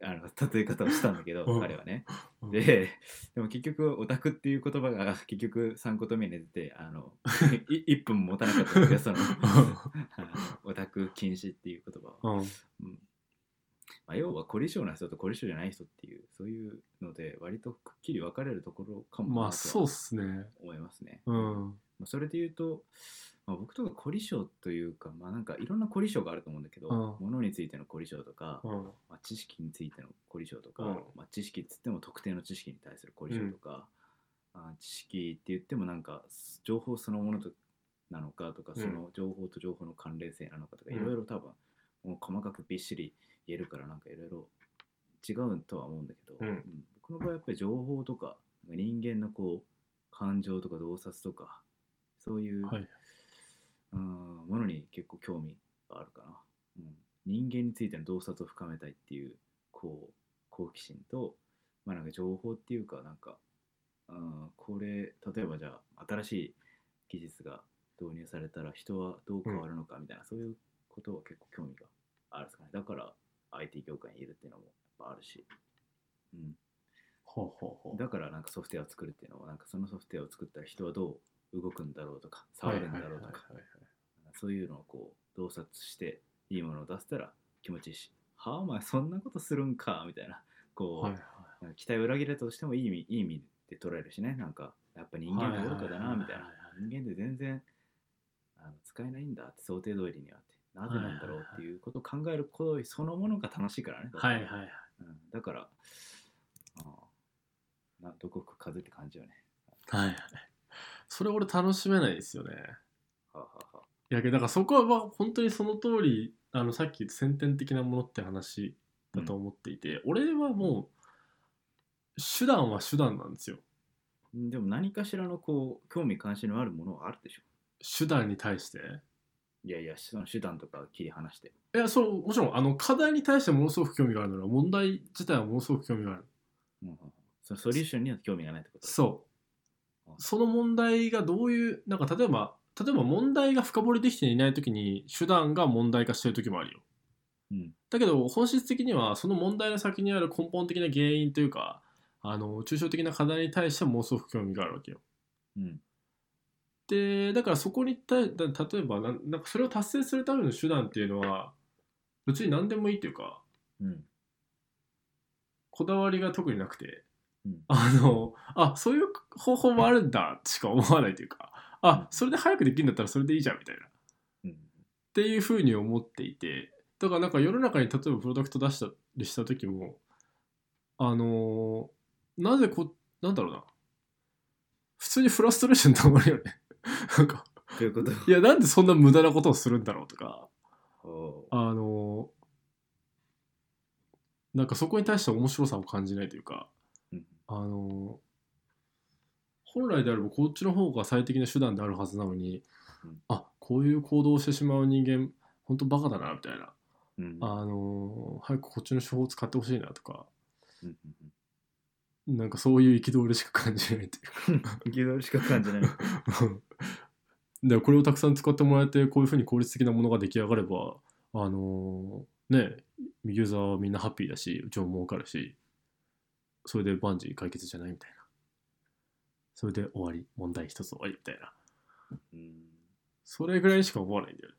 [SPEAKER 2] あの例え方をしたんだけど
[SPEAKER 1] うん
[SPEAKER 2] 彼はね
[SPEAKER 1] うん、
[SPEAKER 2] で (laughs) でも結局オタクっていう言葉が (laughs) 結局3言目に出て
[SPEAKER 1] (laughs)
[SPEAKER 2] あの1分も持たなかったんだけどそのあのオタク禁止っていう言葉は、
[SPEAKER 1] うん。
[SPEAKER 2] うんまあ、要は凝り性な人と凝り性じゃない人っていうそういうので割とくっきり分かれるところかも
[SPEAKER 1] ま
[SPEAKER 2] な
[SPEAKER 1] あ
[SPEAKER 2] と
[SPEAKER 1] そうっすね。
[SPEAKER 2] 思いますね、
[SPEAKER 1] うん。
[SPEAKER 2] まあ、それで言うと、まあ、僕とか凝り性というかまあなんかいろんな凝り性があると思うんだけど、
[SPEAKER 1] うん
[SPEAKER 2] 物についての凝り性とか、
[SPEAKER 1] うん。
[SPEAKER 2] まあ、知識についての凝り性とか、
[SPEAKER 1] うん
[SPEAKER 2] まあ、知識っつっても特定の知識に対する凝り性とか、あ知識って言ってもなんか情報そのものとなのかとか、
[SPEAKER 1] うん
[SPEAKER 2] その情報と情報の関連性なのかとか、
[SPEAKER 1] うん
[SPEAKER 2] いろいろ多分もう細かくびっしり言えるからなんかいろいろ違うとは思うんだけど、
[SPEAKER 1] うん
[SPEAKER 2] 僕の場合やっぱり情報とか人間のこう感情とか洞察とかそういう、
[SPEAKER 1] はい。
[SPEAKER 2] うんものに結構興味があるかな、うん、人間についての洞察を深めたいっていうこう好奇心と、まあ、なんか情報っていうかなんか、うん、これ例えばじゃあ新しい技術が導入されたら人はどう変わるのかみたいな、そういうことは結構興味があるんですかねだから IT 業界にいるっていうのもやっぱあるし、うん、
[SPEAKER 1] ほうほうほう。
[SPEAKER 2] だからなんかソフトウェアを作るっていうのもなんかそのソフトウェアを作ったら人はどう動くんだろうとか触るんだろうとか
[SPEAKER 1] はいはいはいはい
[SPEAKER 2] そういうのをこう洞察していいものを出せたら気持ちいいし「はあお前そんなことするんか」みたいなこう、
[SPEAKER 1] はいはい
[SPEAKER 2] なんか期待を裏切れたとしてもいい意味いい意味で捉えるしねなんかやっぱ人間って愚かだな
[SPEAKER 1] はいはいはいはい
[SPEAKER 2] みたいな人間って全然あの使えないんだって想定通りにはってなぜなんだろうっていうことを考える行為そのものが楽しいからね、
[SPEAKER 1] はいはいはい。
[SPEAKER 2] うん、だからあーなどこ吹く風って感じよね
[SPEAKER 1] はいはい。それ俺楽しめないですよね。
[SPEAKER 2] はあはあはあ
[SPEAKER 1] いやけどだからそこはまあ本当にその通りあのさっき言った先天的なものって話だと思っていて、俺はもう手段は手段なんですよ。
[SPEAKER 2] うんでも何かしらのこう興味関心のあるものはあるでしょ
[SPEAKER 1] 手段に対して。
[SPEAKER 2] いやいや、その手段とか切り離して。
[SPEAKER 1] いやそうもちろんあの課題に対してものすごく興味があるなら問題自体はものすごく興味がある。
[SPEAKER 2] うんうんうんそのソリューションには興味がないってこと
[SPEAKER 1] そう
[SPEAKER 2] うん
[SPEAKER 1] その問題がどういうなんか例えば例えば問題が深掘りできていない時に手段が問題化してる時もあるよ
[SPEAKER 2] うん。
[SPEAKER 1] だけど本質的にはその問題の先にある根本的な原因というかあの抽象的な課題に対してものすごく興味があるわけよ
[SPEAKER 2] うん。
[SPEAKER 1] でだからそこに対だ例えばなんなんかそれを達成するための手段っていうのは別に何でもいいっていうか
[SPEAKER 2] うん。
[SPEAKER 1] こだわりが特になくて
[SPEAKER 2] うん。
[SPEAKER 1] あの、あ、そういう方法もあるんだしか思わないというか、あ、それで早くできるんだったらそれでいいじゃんみたいな。っ
[SPEAKER 2] うん。
[SPEAKER 1] ていうふうに思っていて、だからなんか世の中に例えばプロダクト出したりした時も、あのーなぜこ、なんだろうな。普通にフラストレーション溜まるよね。なんか、
[SPEAKER 2] とい
[SPEAKER 1] (laughs)
[SPEAKER 2] うこと
[SPEAKER 1] いや、なんでそんな無駄なことをするんだろうとか、
[SPEAKER 2] おー
[SPEAKER 1] あのーなんかそこに対して面白さを感じないというか、
[SPEAKER 2] うん
[SPEAKER 1] あの本来であればこっちの方が最適な手段であるはずなのに、
[SPEAKER 2] うん
[SPEAKER 1] あこういう行動をしてしまう人間本当バカだなみたいな、
[SPEAKER 2] うん。
[SPEAKER 1] あの早くこっちの手法を使ってほしいなとか
[SPEAKER 2] うんうん
[SPEAKER 1] なんかそういう憤りしか感じないというか
[SPEAKER 2] うん。ギドルしか感じない。
[SPEAKER 1] でこれをたくさん (laughs) 使ってもらえてこういうふうに効率的なものが出来上がればあのねユーザーはみんなハッピーだしうちも儲かるしそれで万事解決じゃないみたいなそれで終わり問題一つ終わりみたいな
[SPEAKER 2] うん。
[SPEAKER 1] それぐらいしか思わないんだよね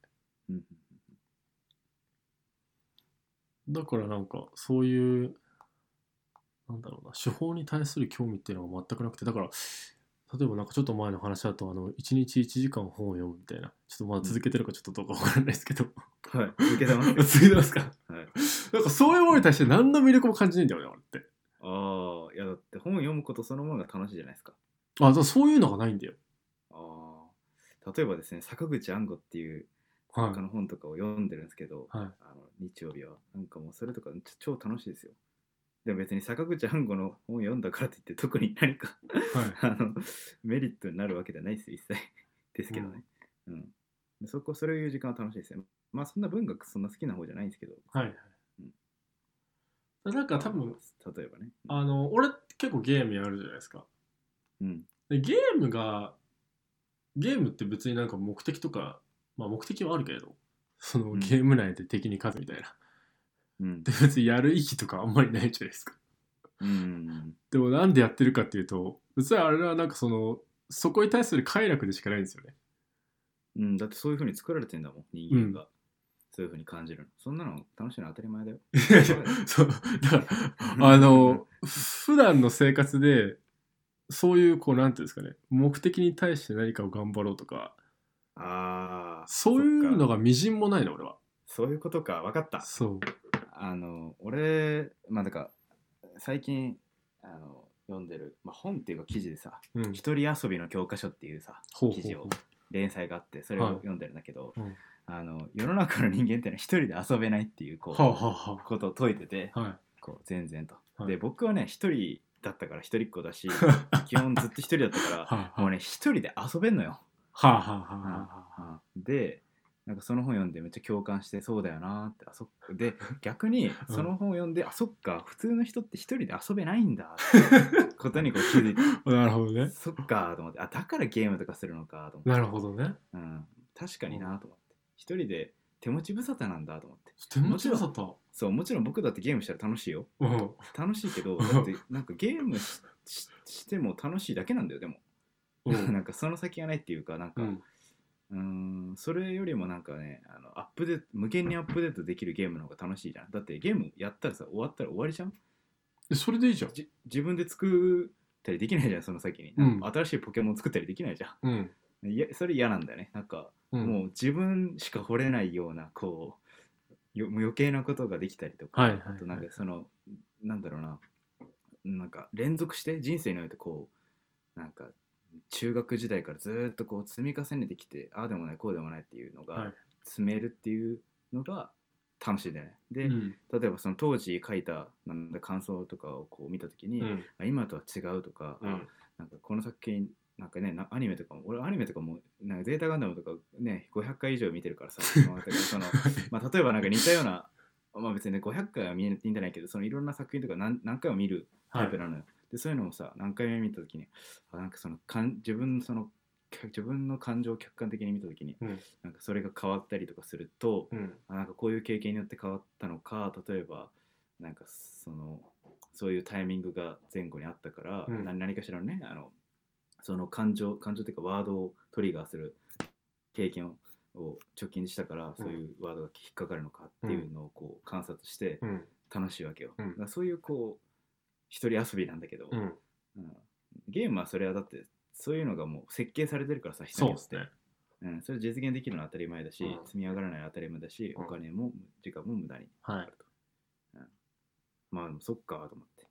[SPEAKER 2] うん
[SPEAKER 1] だからなんかそういうなんだろうな手法に対する興味っていうのが全くなくてだから例えばなんかちょっと前の話だとあの1日1時間本を読むみたいなちょっとまだ続けてるかちょっとどうかわからないですけど
[SPEAKER 2] はい。続けて (laughs) ますよ。
[SPEAKER 1] 続けてますか
[SPEAKER 2] はい。
[SPEAKER 1] なんかそういうものに対して何の魅力も感じないんだよね俺って
[SPEAKER 2] ああ、いやだって本読むことそのものが楽しいじゃないですか。
[SPEAKER 1] あだからそういうのがないんだよ
[SPEAKER 2] ああ。例えばですね、坂口安吾っていう
[SPEAKER 1] は
[SPEAKER 2] 他の本とかを読んでるんですけど、
[SPEAKER 1] い、はい、
[SPEAKER 2] あの日曜日は。なんかもうそれとかちょ超楽しいですよ。でも別に坂口安吾の本読んだからといって特に何か
[SPEAKER 1] はい、
[SPEAKER 2] あのメリットになるわけじゃないですよ、一切。 (laughs) ですけどね。うん。そこ、それを言う時間は楽しいですよ。まあそんな文学そんな好きな方じゃないんですけど。
[SPEAKER 1] はいはい。なんか多分、
[SPEAKER 2] 例えばね。
[SPEAKER 1] あの、俺結構ゲームやるじゃないですか。
[SPEAKER 2] うん。
[SPEAKER 1] で、ゲームが、ゲームって別になんか目的とか、まあ目的はあるけれど、その
[SPEAKER 2] うん
[SPEAKER 1] ゲーム内で敵に勝つみたいな。
[SPEAKER 2] うん。
[SPEAKER 1] で、別にやる意義とかあんまりないじゃないですか。
[SPEAKER 2] うん。
[SPEAKER 1] でもなんでやってるかっていうと、別にあれはなんかその、そこに対する快楽でしかないんですよね。 (laughs)
[SPEAKER 2] うん、だってそういうふうに作られてんだもん、人間が。そういうふうに感じるの。そんなの楽しいの当たり前だよ。 (laughs)
[SPEAKER 1] そう、だから、あの、普段の生活で、そういう、こう、なんていうんですかね、目的に対して何かを頑張ろうとか、
[SPEAKER 2] ああ、
[SPEAKER 1] そういうのが
[SPEAKER 2] が。
[SPEAKER 1] みじんもないの、俺は。
[SPEAKER 2] そういうことか、分かった。
[SPEAKER 1] そう。
[SPEAKER 2] あの、俺、まあ、だから、最近、あの、読んでる、まあ、本っていうか記事でさ、
[SPEAKER 1] うん。
[SPEAKER 2] 一人遊びの教科書っていうさ、
[SPEAKER 1] ほう
[SPEAKER 2] 記
[SPEAKER 1] ほう
[SPEAKER 2] 事
[SPEAKER 1] ほ
[SPEAKER 2] を
[SPEAKER 1] う。
[SPEAKER 2] 連載があって、それを読んでるんだけど、
[SPEAKER 1] はいうん
[SPEAKER 2] あの、世の中の人間ってのは一人で遊べないっていう、こう、
[SPEAKER 1] はあ、は
[SPEAKER 2] ことを解いてて、
[SPEAKER 1] あ、はあ。
[SPEAKER 2] こう全然と、
[SPEAKER 1] はい
[SPEAKER 2] で僕はね一人だったから一人っ子
[SPEAKER 1] (laughs)
[SPEAKER 2] だし
[SPEAKER 1] は
[SPEAKER 2] 基本ずっと一人だったか
[SPEAKER 1] あ、
[SPEAKER 2] ら
[SPEAKER 1] はあ、
[SPEAKER 2] も
[SPEAKER 1] は
[SPEAKER 2] うね一人で遊べんのよ、
[SPEAKER 1] あ、はあ、はあ、はあ。
[SPEAKER 2] でなんかその本読んでめっちゃ共感してそうだよなーってあそっかで逆に
[SPEAKER 1] うん
[SPEAKER 2] その本読んで、あそっか普通の人って一人で遊べないんだ
[SPEAKER 1] (laughs)
[SPEAKER 2] ってことにこう気づいて
[SPEAKER 1] なるほどね。
[SPEAKER 2] (laughs) そっかーと思ってあだからゲームとかするのかーと思って、
[SPEAKER 1] なるほどね。
[SPEAKER 2] うん、確かになーと思って一人で手持ち無沙汰なんだと思って
[SPEAKER 1] 手持ちよさと。
[SPEAKER 2] そうもちろん僕だってゲームしたら楽しいよ
[SPEAKER 1] うん。
[SPEAKER 2] 楽しい
[SPEAKER 1] (laughs)
[SPEAKER 2] けど
[SPEAKER 1] うん
[SPEAKER 2] だってなんかゲームしししても楽しいだけなんだよでも、
[SPEAKER 1] う
[SPEAKER 2] (laughs) なん
[SPEAKER 1] ん。
[SPEAKER 2] かその先がないっていうかなんか
[SPEAKER 1] う
[SPEAKER 2] うん
[SPEAKER 1] ん。
[SPEAKER 2] ーんそれよりもなんかねあのアップデート無限にアップデートできるゲームの方が楽しいじゃんだってゲームやったらさ終わったら終わりじゃん
[SPEAKER 1] えそれでいいじゃん。
[SPEAKER 2] じ自分で作ったりできないじゃんその先に、
[SPEAKER 1] うん
[SPEAKER 2] 新しいポケモン作ったりできないじゃ
[SPEAKER 1] うん。
[SPEAKER 2] んいやそれ嫌なんだよねなんか、
[SPEAKER 1] うん。
[SPEAKER 2] もう自分しか掘れないようなこうよ余計なことができたりとか、
[SPEAKER 1] はいはいはい
[SPEAKER 2] あとなんかそのなんだろうななんか連続して人生においてこうなんか中学時代からずーっとこう積み重ねてきてああでもないこうでもないっていうの
[SPEAKER 1] は
[SPEAKER 2] が
[SPEAKER 1] い
[SPEAKER 2] 詰めるっていうのが楽しいんだよね。で、
[SPEAKER 1] うん。
[SPEAKER 2] 例えばその当時書いたなんだ感想とかをこう見た時に、
[SPEAKER 1] うん。
[SPEAKER 2] あ今とは違うとか、
[SPEAKER 1] (laughs) うん。
[SPEAKER 2] なんかこの作品なんかねなアニメとかも俺アニメとかもなんかゼータガンダムとかね500回以上見て
[SPEAKER 1] (laughs)
[SPEAKER 2] るからさそのだからその、まあ、例えばなんか似たようなまあ別にね500回は見え見てないけどそのいろんな作品とか何何回も見るタイプなのよ、でそういうのもさ何回目見た時にあなんかそのかん自分のその客自分の感情を客観的に見た時に、
[SPEAKER 1] うん
[SPEAKER 2] なんかそれが変わったりとかすると
[SPEAKER 1] うん。
[SPEAKER 2] あなんかこういう経験によって変わったのか例えばなんかそのそういうタイミングが前後にあったから、
[SPEAKER 1] うん
[SPEAKER 2] 何何かしらのねあのその感情感情というかワードをトリガーする経験をを直近にしたから、そういうワードが引っかかるのかっていうのをこう観察して
[SPEAKER 1] うん。
[SPEAKER 2] 楽しいわけよ、
[SPEAKER 1] うん
[SPEAKER 2] だからそういうこう一人遊びなんだけど、
[SPEAKER 1] うん。
[SPEAKER 2] うんゲームはそれはだってそういうのがもう設計されてるからさ人
[SPEAKER 1] そ
[SPEAKER 2] に
[SPEAKER 1] う
[SPEAKER 2] よ
[SPEAKER 1] で
[SPEAKER 2] っ
[SPEAKER 1] す
[SPEAKER 2] て
[SPEAKER 1] ね。
[SPEAKER 2] うん、それ実現できるのは当たり前だし、
[SPEAKER 1] うん
[SPEAKER 2] 積み上がらないのは当たり前だし、
[SPEAKER 1] うん
[SPEAKER 2] お金も時間も無駄に
[SPEAKER 1] はい。
[SPEAKER 2] まあでもそっかと思って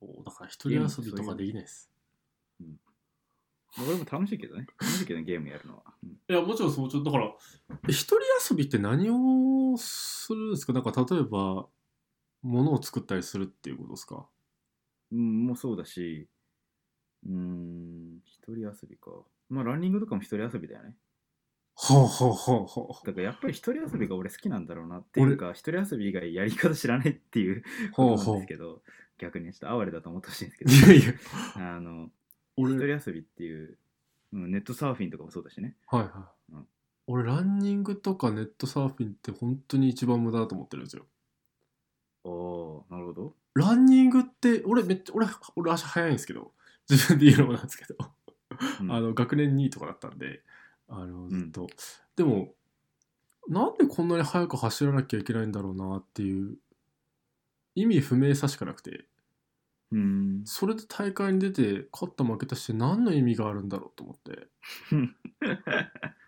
[SPEAKER 1] おだから一人遊びとかできないです。
[SPEAKER 2] まあ俺も楽しいけどね楽しいけどねゲームやるのは、うん
[SPEAKER 1] いや、もちろんそう、ちょだから、一人遊びって何をするんですかなんか、例えば、物を作ったりするっていうことですか
[SPEAKER 2] うん、もうそうだしうーん一人遊びかまあランニングとかも一人遊びだよね
[SPEAKER 1] ほうほうほうほ
[SPEAKER 2] だからやっぱり一人遊びが俺好きなんだろうなっていうか一人遊び以外やり方知らないっていう
[SPEAKER 1] う。
[SPEAKER 2] こ
[SPEAKER 1] ほう
[SPEAKER 2] とな
[SPEAKER 1] ほ
[SPEAKER 2] んです
[SPEAKER 1] う。
[SPEAKER 2] けど逆にちょっと哀れだと思ってほしいんですけど
[SPEAKER 1] いやいや、
[SPEAKER 2] あの一人
[SPEAKER 1] 俺、はい
[SPEAKER 2] 遊びっていう、うん、ネットサーフィンとかもそうだしね
[SPEAKER 1] はい。
[SPEAKER 2] うん
[SPEAKER 1] 俺、ランニングとかネットサーフィンって本当に一番無駄だと思ってるんですよ。
[SPEAKER 2] おーなるほど
[SPEAKER 1] ランニングって、俺、めっちゃ、俺、俺足早いんですけど、自分で言うのもなんですけど、
[SPEAKER 2] うん
[SPEAKER 1] あの、学年2位とかだったんで、あの、
[SPEAKER 2] ん
[SPEAKER 1] ずっと。でも、なんでこんなに早く走らなきゃいけないんだろうなっていう、意味不明さしかなくて、
[SPEAKER 2] うん。
[SPEAKER 1] それで大会に出て勝った負けたして何の意味があるんだろうと思
[SPEAKER 2] (laughs)
[SPEAKER 1] って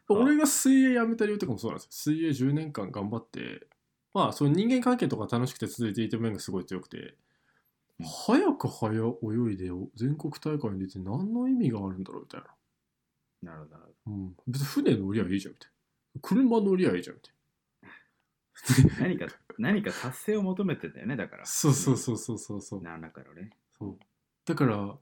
[SPEAKER 1] 俺が水泳やめた理由とかもそうなんですよ水泳10年間頑張ってまあその人間関係とか楽しくて続いていた面がすごい強くて、
[SPEAKER 2] うん
[SPEAKER 1] 早く早泳いでよ全国大会に出て何の意味があるんだろうみたいな、
[SPEAKER 2] なるほど、なるほど。
[SPEAKER 1] うん、別に船乗りゃいいじゃんみたいな車乗りゃいいじゃんみたい
[SPEAKER 2] 何か、何か達成を求めてんだよね、だから。
[SPEAKER 1] な (laughs) そうそうそうそうそうそう
[SPEAKER 2] 何らかのね。
[SPEAKER 1] そうだから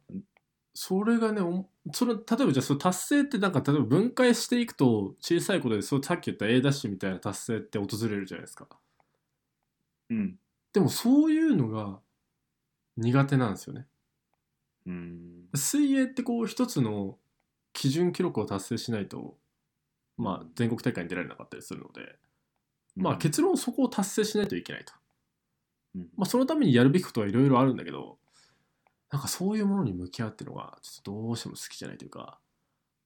[SPEAKER 1] それがねおそれ例えばじゃあその達成ってなんか例えば分解していくと小さいことでそうさっき言った A ダッシュみたいな達成って訪れるじゃないですか
[SPEAKER 2] うん。
[SPEAKER 1] でもそういうのが苦手なんですよね
[SPEAKER 2] うん。
[SPEAKER 1] 水泳ってこう一つの基準記録を達成しないとまあ全国大会に出られなかったりするのでまあ結論そこを達成しないといけないと
[SPEAKER 2] うん、
[SPEAKER 1] まあ、そのためにやるべきことはいろいろあるんだけど、なんかそういうものに向き合うっていうのが、ちょっとどうしても好きじゃないというか、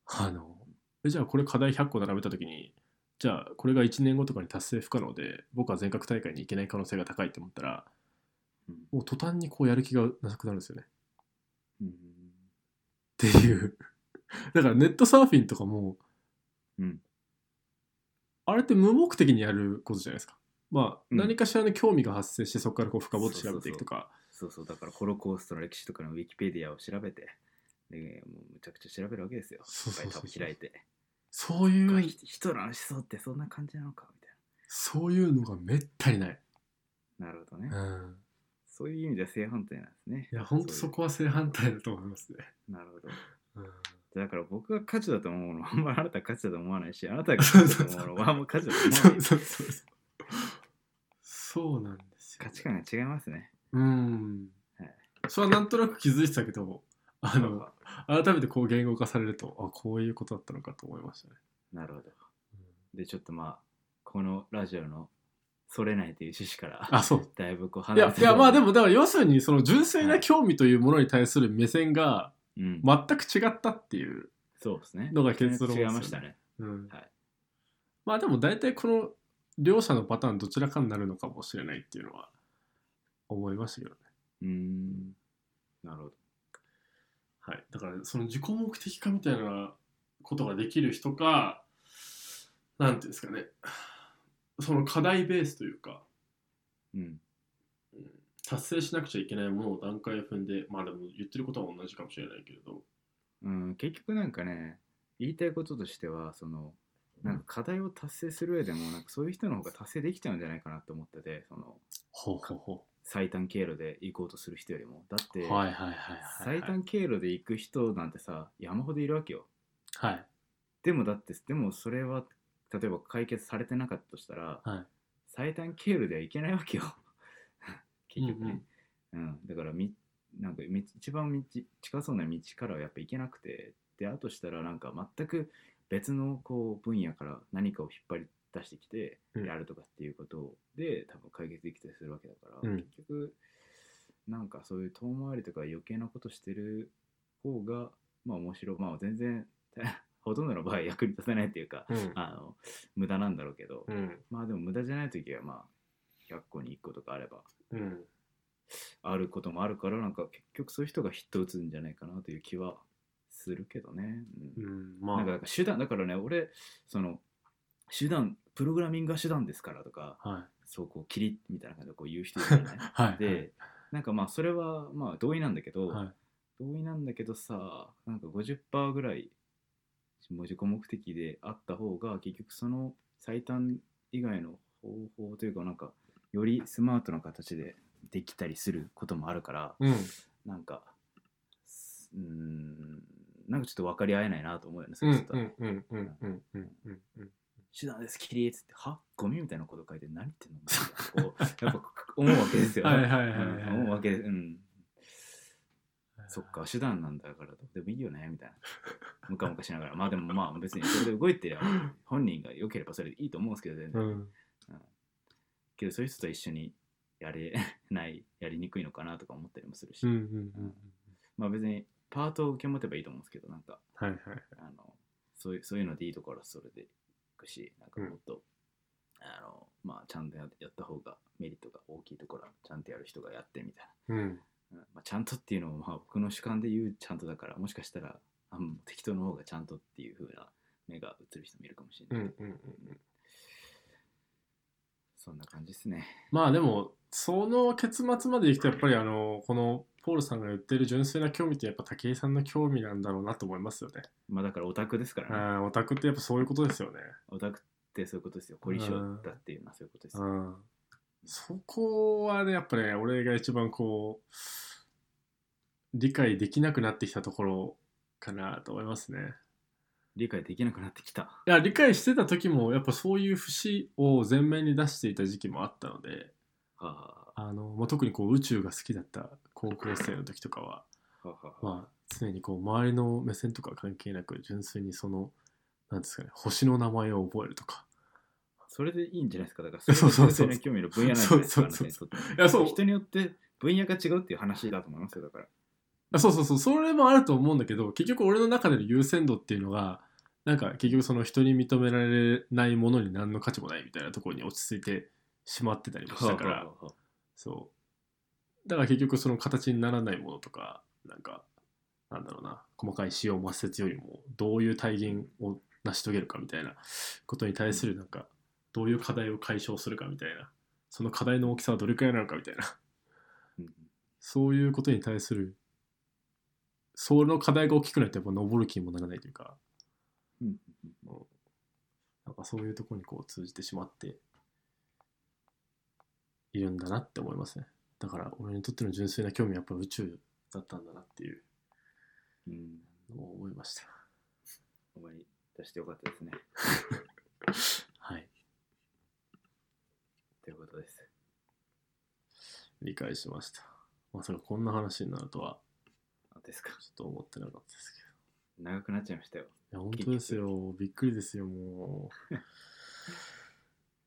[SPEAKER 1] あの、えじゃあこれ課題100個並べたときに、じゃあこれが1年後とかに達成不可能で、僕は全国大会に行けない可能性が高いって思ったら、
[SPEAKER 2] うん
[SPEAKER 1] もう途端にこうやる気がなくなるんですよね。
[SPEAKER 2] うん。
[SPEAKER 1] っていう。 (laughs) だからネットサーフィンとかも、
[SPEAKER 2] うん
[SPEAKER 1] あれって無目的にやることじゃないですか。まあ、
[SPEAKER 2] うん
[SPEAKER 1] 何かしらの興味が発生して、そこからこう深掘って調べていくとか、
[SPEAKER 2] そうそう、だからホロコーストの歴史とかのウィキペディアを調べて、でもうむちゃくちゃ調べるわけですよ。
[SPEAKER 1] そうそうそう
[SPEAKER 2] いっぱいタブ開いて。
[SPEAKER 1] そういう
[SPEAKER 2] これヒヒトラーの思想ってそんな感じなのかみたい
[SPEAKER 1] そういうのがめったにない。
[SPEAKER 2] な。なるほどね。
[SPEAKER 1] うん。
[SPEAKER 2] そういう意味では正反対なんですね。
[SPEAKER 1] いや、ほんとそこは正反対だと思いますね。
[SPEAKER 2] なるほど。
[SPEAKER 1] うん。
[SPEAKER 2] だから僕が価値だと思うのは、あんまあなたが価値だと思わないし、あなたが価値だと思うのは、あんま価値だと思
[SPEAKER 1] そ
[SPEAKER 2] わな
[SPEAKER 1] う
[SPEAKER 2] い。
[SPEAKER 1] そうそう。そうなんですよ。
[SPEAKER 2] 価値観が違いますね。
[SPEAKER 1] うん
[SPEAKER 2] はい。
[SPEAKER 1] それはなんとなく気づいてたけど、あの、改めてこう言語化されると、あ、こういうことだったのかと思いましたね。
[SPEAKER 2] なるほど。で、ちょっとまあ、このラジオの、それないという趣旨から、
[SPEAKER 1] あ、そう。
[SPEAKER 2] だいぶこう
[SPEAKER 1] い
[SPEAKER 2] 離れ
[SPEAKER 1] や
[SPEAKER 2] て、
[SPEAKER 1] いやまあでも、だから要するに、その純粋な興味というものに対する目線が
[SPEAKER 2] うん、
[SPEAKER 1] 全く違ったっていう。
[SPEAKER 2] そうですね。
[SPEAKER 1] のが結論です
[SPEAKER 2] 違い
[SPEAKER 1] よね
[SPEAKER 2] ましたね。
[SPEAKER 1] うん
[SPEAKER 2] はい
[SPEAKER 1] まあでも大体この両者のパターンどちらかになるのかもしれないっていうのは思いましたけどね。
[SPEAKER 2] うーん。なるほど。
[SPEAKER 1] はい、だからその自己目的化みたいなことができる人かなんていうんですかねその課題ベースというか
[SPEAKER 2] うん。
[SPEAKER 1] うん達成しなくちゃいけないものを段階を踏んでまあでも言ってることは同じかもしれないけれど
[SPEAKER 2] うん、結局なんかね、言いたいこととしては、その、なんか課題を達成する上でも、なんかそういう人の方が達成できちゃうんじゃないかなと思ってて、その、
[SPEAKER 1] ほうほうほ
[SPEAKER 2] 最短経路で行こうとする人よりも。だって、
[SPEAKER 1] はいはいはいはい
[SPEAKER 2] 最短経路で行く人なんてさ、山ほどいるわけよ。
[SPEAKER 1] はい
[SPEAKER 2] でもだって、でもそれは、例えば解決されてなかったとしたら、
[SPEAKER 1] はい
[SPEAKER 2] 最短経路では行けないわけよ。 (laughs) 結局ね。うん、だからみ、なんかみ一番道近そうな道からはやっぱ行けなくて、で、あとしたらなんか全く別のこう分野から何かを引っ張り出してきて、
[SPEAKER 1] うん
[SPEAKER 2] やるとかっていうことで多分解決できたりするわけだから、
[SPEAKER 1] うん
[SPEAKER 2] 結局、なんかそういう遠回りとか余計なことしてる方が、まあ面白い。まあ全然、 (laughs) ほとんどの場合役に立たないっていうか、
[SPEAKER 1] うん
[SPEAKER 2] あの、無駄なんだろうけど、
[SPEAKER 1] うん
[SPEAKER 2] まあでも無駄じゃない時はまあ100個に1個とかあれば
[SPEAKER 1] うん
[SPEAKER 2] あることもあるからなんか結局そういう人がヒット打つんじゃないかなという気はするけどね。
[SPEAKER 1] う
[SPEAKER 2] うん
[SPEAKER 1] んまあ
[SPEAKER 2] なんかなんか手段だからね俺その手段プログラミングが手段ですからとか
[SPEAKER 1] はい
[SPEAKER 2] そうこうキリッみたいな感じでこう言う人いるじゃない
[SPEAKER 1] (laughs) はい
[SPEAKER 2] でなんかまあそれはまあ同意なんだけど、
[SPEAKER 1] はい
[SPEAKER 2] 同意なんだけどさなんか50%ぐらいもう自己目的であった方が結局その最短以外の方法というかなんかよりスマートな形でできたりすることもあるから
[SPEAKER 1] うん
[SPEAKER 2] なんかすうーんなんかちょっと分かり合えないなと思うよねそうれちょ
[SPEAKER 1] ん
[SPEAKER 2] っと
[SPEAKER 1] うんうんうんうんうんうんうん
[SPEAKER 2] 手段ですキリッつって「はゴミみたいなこと書いて何言ってんの?」こうやっぱ思うわけですよ、
[SPEAKER 1] はいはいはいはい
[SPEAKER 2] うん思うわけでうんそっか、手段なんだから、どうでもいいよね、みたいな。ムカムカしながら。まあでもまあ別にそれで動いてりゃ、本人が良ければそれでいいと思うんですけど、全
[SPEAKER 1] う
[SPEAKER 2] 然
[SPEAKER 1] ん
[SPEAKER 2] けどそういう人と一緒にやれ (laughs) ない、やりにくいのかなとか思ったりもするし、
[SPEAKER 1] うんうんうんうん
[SPEAKER 2] まあ別にパートを受け持てばいいと思うんですけど、なんか、
[SPEAKER 1] はいはい
[SPEAKER 2] あのそういうそういうのでいいところはそれでいくし、なんかもっと、あの、まあちゃんとややった方がメリットが大きいところは、ちゃんとやる人がやってみたいな。
[SPEAKER 1] うん
[SPEAKER 2] うんまあ、ちゃんとっていうのもまあ僕の主観で言うちゃんとだからもしかしたらあん適当の方がちゃんとっていう風な目が映る人もいるかもしれ
[SPEAKER 1] う
[SPEAKER 2] ない、
[SPEAKER 1] んうんうんうん。
[SPEAKER 2] そんな感じですね
[SPEAKER 1] まあでも、その結末までいくと、やっぱりあの、このポールさんが言ってる純粋な興味って、やっぱ武井さんの興味なんだろうなと思いますよね。
[SPEAKER 2] まあだからオタクですからね、
[SPEAKER 1] ああ、オタクってやっぱそういうことですよね。
[SPEAKER 2] オタクってそういうことですよ凝り性だっていうのはそういうことです
[SPEAKER 1] う
[SPEAKER 2] よ、
[SPEAKER 1] ん。そこはね、やっぱね、俺が一番こう、理解できなくなってきたところかなと思いますね。
[SPEAKER 2] 理解できなくなってきた
[SPEAKER 1] いや、理解してた時も、やっぱそういう節を前面に出していた時期もあったので、
[SPEAKER 2] はあは
[SPEAKER 1] あの、まあ、特にこう宇宙が好きだった高校生の時とかは、
[SPEAKER 2] あはあはあ
[SPEAKER 1] まあ、常にこう周りの目線とか関係なく純粋にそのなんですかね星の名前を覚えるとか
[SPEAKER 2] それでいいんじゃないですかだか
[SPEAKER 1] そ
[SPEAKER 2] ら
[SPEAKER 1] うそうそう
[SPEAKER 2] れが純粋な興味の分野なんじゃないですか
[SPEAKER 1] そうそうそう
[SPEAKER 2] あなたに
[SPEAKER 1] い
[SPEAKER 2] とって
[SPEAKER 1] やそう
[SPEAKER 2] 人によって分野が違うっていう話だと思いますよだから
[SPEAKER 1] あそうそうそうそれもあると思うんだけど結局俺の中での優先度っていうのがなんか結局その人に認められないものに何の価値もないみたいなところに落ち着いてしまってたりもしたから
[SPEAKER 2] はあはあはあ
[SPEAKER 1] そうだから結局その形にならないものとかなんかなんだろうな細かい使用抹殺よりもどういう体現を成し遂げるかみたいなことに対するなんかどういう課題を解消するかみたいなその課題の大きさはどれくらいなのかみたいな
[SPEAKER 2] うん
[SPEAKER 1] そういうことに対するその課題が大きくなってやっぱ登る気にもならないというか
[SPEAKER 2] うんうんうん
[SPEAKER 1] なんかそういうところにこう通じてしまっているんだなって思いますね。だから俺にとっての純粋な興味はやっぱ宇宙だったんだなっていう
[SPEAKER 2] うん
[SPEAKER 1] のを思いました。
[SPEAKER 2] 思い出してよかったですね
[SPEAKER 1] はい。
[SPEAKER 2] ということです
[SPEAKER 1] 理解しました。まさかこんな話になるとは
[SPEAKER 2] あですか
[SPEAKER 1] ちょっと思ってなかったです
[SPEAKER 2] 長くなっちゃいましたよ
[SPEAKER 1] けど。いや、本当ですよ。びっくりですよ、も
[SPEAKER 2] (laughs)
[SPEAKER 1] う。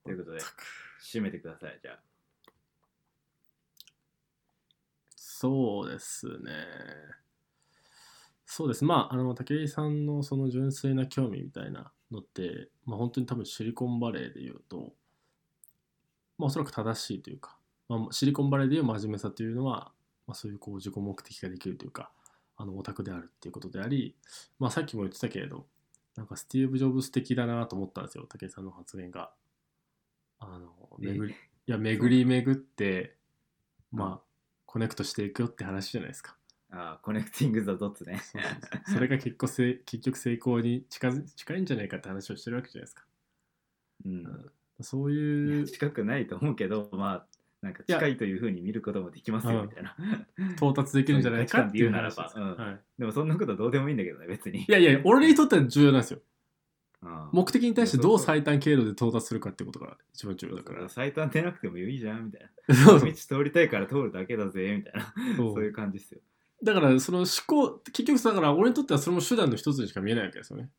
[SPEAKER 2] ということで
[SPEAKER 1] まったく
[SPEAKER 2] 締めてくださいじゃあ
[SPEAKER 1] そうですね。そうです。まあ、あの、武井さんのその純粋な興味みたいなのって、まあ本当に多分シリコンバレーで言うと、まあおそらく正しいというか、まあ、シリコンバレーでいう真面目さというのは、まあそういうこう自己目的ができるというか、あのオタクであるっていうことであり、まあさっきも言ってたけれど、なんかスティーブ・ジョブス的だなと思ったんですよ、武井さんの発言が。あの、
[SPEAKER 2] え
[SPEAKER 1] 巡り、いや、巡り巡って、まあ、コネクトしていくよって話じゃないですか。
[SPEAKER 2] あーコネクティング・ザ・ドッ
[SPEAKER 1] (laughs)
[SPEAKER 2] ツね
[SPEAKER 1] そうそうそうそれが結構せ結局成功に近づ近いんじゃないかって話をしてるわけじゃないですか。
[SPEAKER 2] うん
[SPEAKER 1] そう
[SPEAKER 2] い
[SPEAKER 1] い
[SPEAKER 2] や
[SPEAKER 1] う
[SPEAKER 2] 近くないと思うけどまあなんか近いというふうに見ることもできますよみたいな (laughs)
[SPEAKER 1] 到達できるんじゃないかっていう話です。
[SPEAKER 2] そういう価値観で言うならば
[SPEAKER 1] はい、
[SPEAKER 2] でもそんなことはどうでもいいんだけどね別に
[SPEAKER 1] いやいや、俺にとっては重要なんですよ。
[SPEAKER 2] うん
[SPEAKER 1] 目的に対してどう最短経路で到達するかってことが一番重要だから。
[SPEAKER 2] 最短出なくてもいいじゃんみたいな
[SPEAKER 1] そう
[SPEAKER 2] 道通りたいから通るだけだぜみたいな
[SPEAKER 1] そう
[SPEAKER 2] そういう感じですよ
[SPEAKER 1] だから、その思考、結局だから俺にとってはそれも手段の一つにしか見えないわけですよね。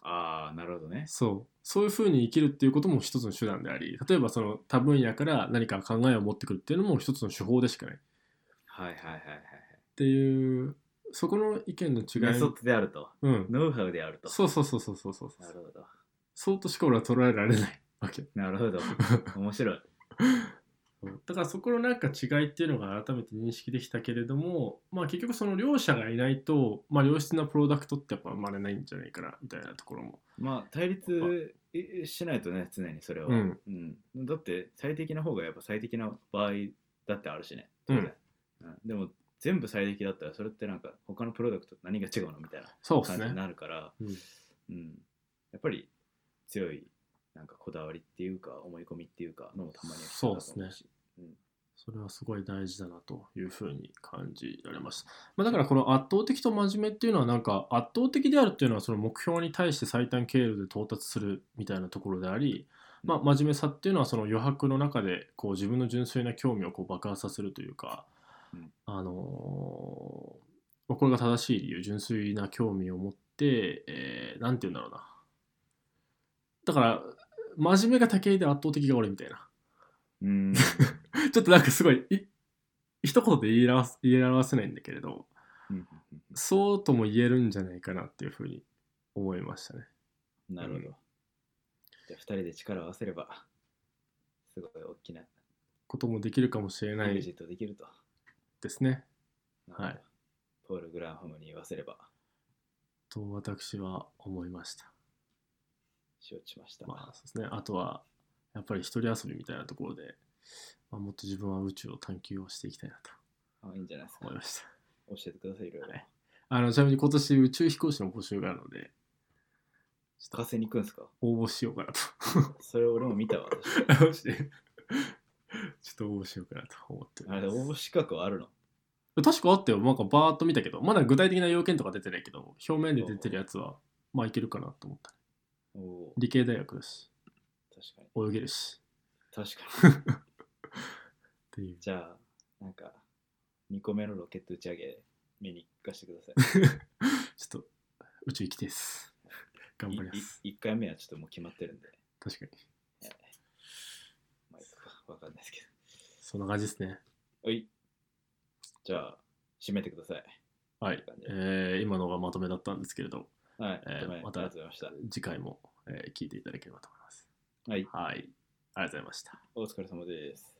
[SPEAKER 2] ああなるほどね
[SPEAKER 1] そう。そういうふうに生きるっていうことも一つの手段であり、例えばその他分野から何か考えを持ってくるっていうのも一つの手法でしかない。
[SPEAKER 2] はいはいはいはいはい
[SPEAKER 1] っていうそこの意見の
[SPEAKER 2] メ
[SPEAKER 1] 違い
[SPEAKER 2] ソッドであると
[SPEAKER 1] うん
[SPEAKER 2] ノウハウであると
[SPEAKER 1] そうそうそうそうそうそう
[SPEAKER 2] なるほど
[SPEAKER 1] そうとしか俺は捉えられないわけ
[SPEAKER 2] なる
[SPEAKER 1] (laughs)
[SPEAKER 2] ほど面白い
[SPEAKER 1] だからそこのなんか違いっていうのが改めて認識できたけれどもまあ結局その両者がいないと、まあ、良質なプロダクトってやっぱ生まれないんじゃないかなみたいなところも
[SPEAKER 2] まあ対立えしないとね常にそれは、
[SPEAKER 1] うん
[SPEAKER 2] うんだって最適な方がやっぱ最適な場合だってあるしね当然うんでも全部最適だったらそれってなんか他のプロダクトと何が違うのみたいな
[SPEAKER 1] そうです
[SPEAKER 2] 感じ
[SPEAKER 1] ね
[SPEAKER 2] になるから
[SPEAKER 1] うん
[SPEAKER 2] うんやっぱり強いなんかこだわりっていうか思い込みっていうかのもたまには必要だと思うし
[SPEAKER 1] それはすごい大事だなというふうに感じられました、まあ、だからこの圧倒的と真面目っていうのはなんか圧倒的であるっていうのはその目標に対して最短経路で到達するみたいなところであり、まあ、真面目さっていうのはその余白の中でこう自分の純粋な興味をこう爆発させるというか、
[SPEAKER 2] うん
[SPEAKER 1] あのーまあこれが正しい理由純粋な興味を持って、えーなんて言うんだろうなだから真面目が竹井で圧倒的が俺みたいな
[SPEAKER 2] うん
[SPEAKER 1] ちょっとなんかすごいい一言で言い表す言い表せないんだけれど
[SPEAKER 2] うん
[SPEAKER 1] そうとも言えるんじゃないかなっていうふうに思いましたね (laughs)
[SPEAKER 2] なるほど
[SPEAKER 1] うん
[SPEAKER 2] じゃあ2人で力を合わせればすごい大きな
[SPEAKER 1] こともできるかもしれ
[SPEAKER 2] プ
[SPEAKER 1] な
[SPEAKER 2] ロ
[SPEAKER 1] い
[SPEAKER 2] ジェクトできると
[SPEAKER 1] ですね。はい。
[SPEAKER 2] ポール・グランハムに言わせれば
[SPEAKER 1] と私は思いました。
[SPEAKER 2] 承知ました。
[SPEAKER 1] まあそうですね。あとは、やっぱり一人遊びみたいなところで、まあ、もっと自分は宇宙を探求をしていきたいなと
[SPEAKER 2] あ、いいんじゃないですか
[SPEAKER 1] 思い。ました。
[SPEAKER 2] 教えてください、いろいろ。
[SPEAKER 1] はいあのちなみに今年宇宙飛行士の募集があるので、
[SPEAKER 2] 火星に行くんですか
[SPEAKER 1] 応募しようか
[SPEAKER 2] (laughs)
[SPEAKER 1] なと。 (laughs)
[SPEAKER 2] それ俺も見たわ。私
[SPEAKER 1] 応募してちょっと応募しようかなと思って
[SPEAKER 2] あ
[SPEAKER 1] ま
[SPEAKER 2] れ、
[SPEAKER 1] す
[SPEAKER 2] 応募資格はあるの
[SPEAKER 1] 確かあったよなんかバーッと見たけどまだ具体的な要件とか出てないけど表面で出てるやつはまあいけるかなと思った
[SPEAKER 2] おおー
[SPEAKER 1] 理系大学だし
[SPEAKER 2] 確かに。
[SPEAKER 1] 泳げるし
[SPEAKER 2] 確
[SPEAKER 1] (laughs)
[SPEAKER 2] かに。
[SPEAKER 1] って
[SPEAKER 2] (laughs)
[SPEAKER 1] いう
[SPEAKER 2] じゃあ、なんか、2個目のロケット打ち上げ、見に行かせてください。
[SPEAKER 1] ちょっと宇宙行きたいです (laughs) 頑張ります
[SPEAKER 2] 1回目はちょっともう決まってるんで、
[SPEAKER 1] 確かに
[SPEAKER 2] まあ、いいかわかんないですけ
[SPEAKER 1] そんな感じですね
[SPEAKER 2] ど。はい。じゃあ、締めてください。
[SPEAKER 1] はい、えー、今のがまとめだったんですけれど
[SPEAKER 2] はい。
[SPEAKER 1] えー
[SPEAKER 2] ごめん
[SPEAKER 1] また
[SPEAKER 2] ありがとうございまし
[SPEAKER 1] 次回も、えー聞いていただければと思います
[SPEAKER 2] た。はい。
[SPEAKER 1] はいありがとうございました
[SPEAKER 2] お疲れ様です。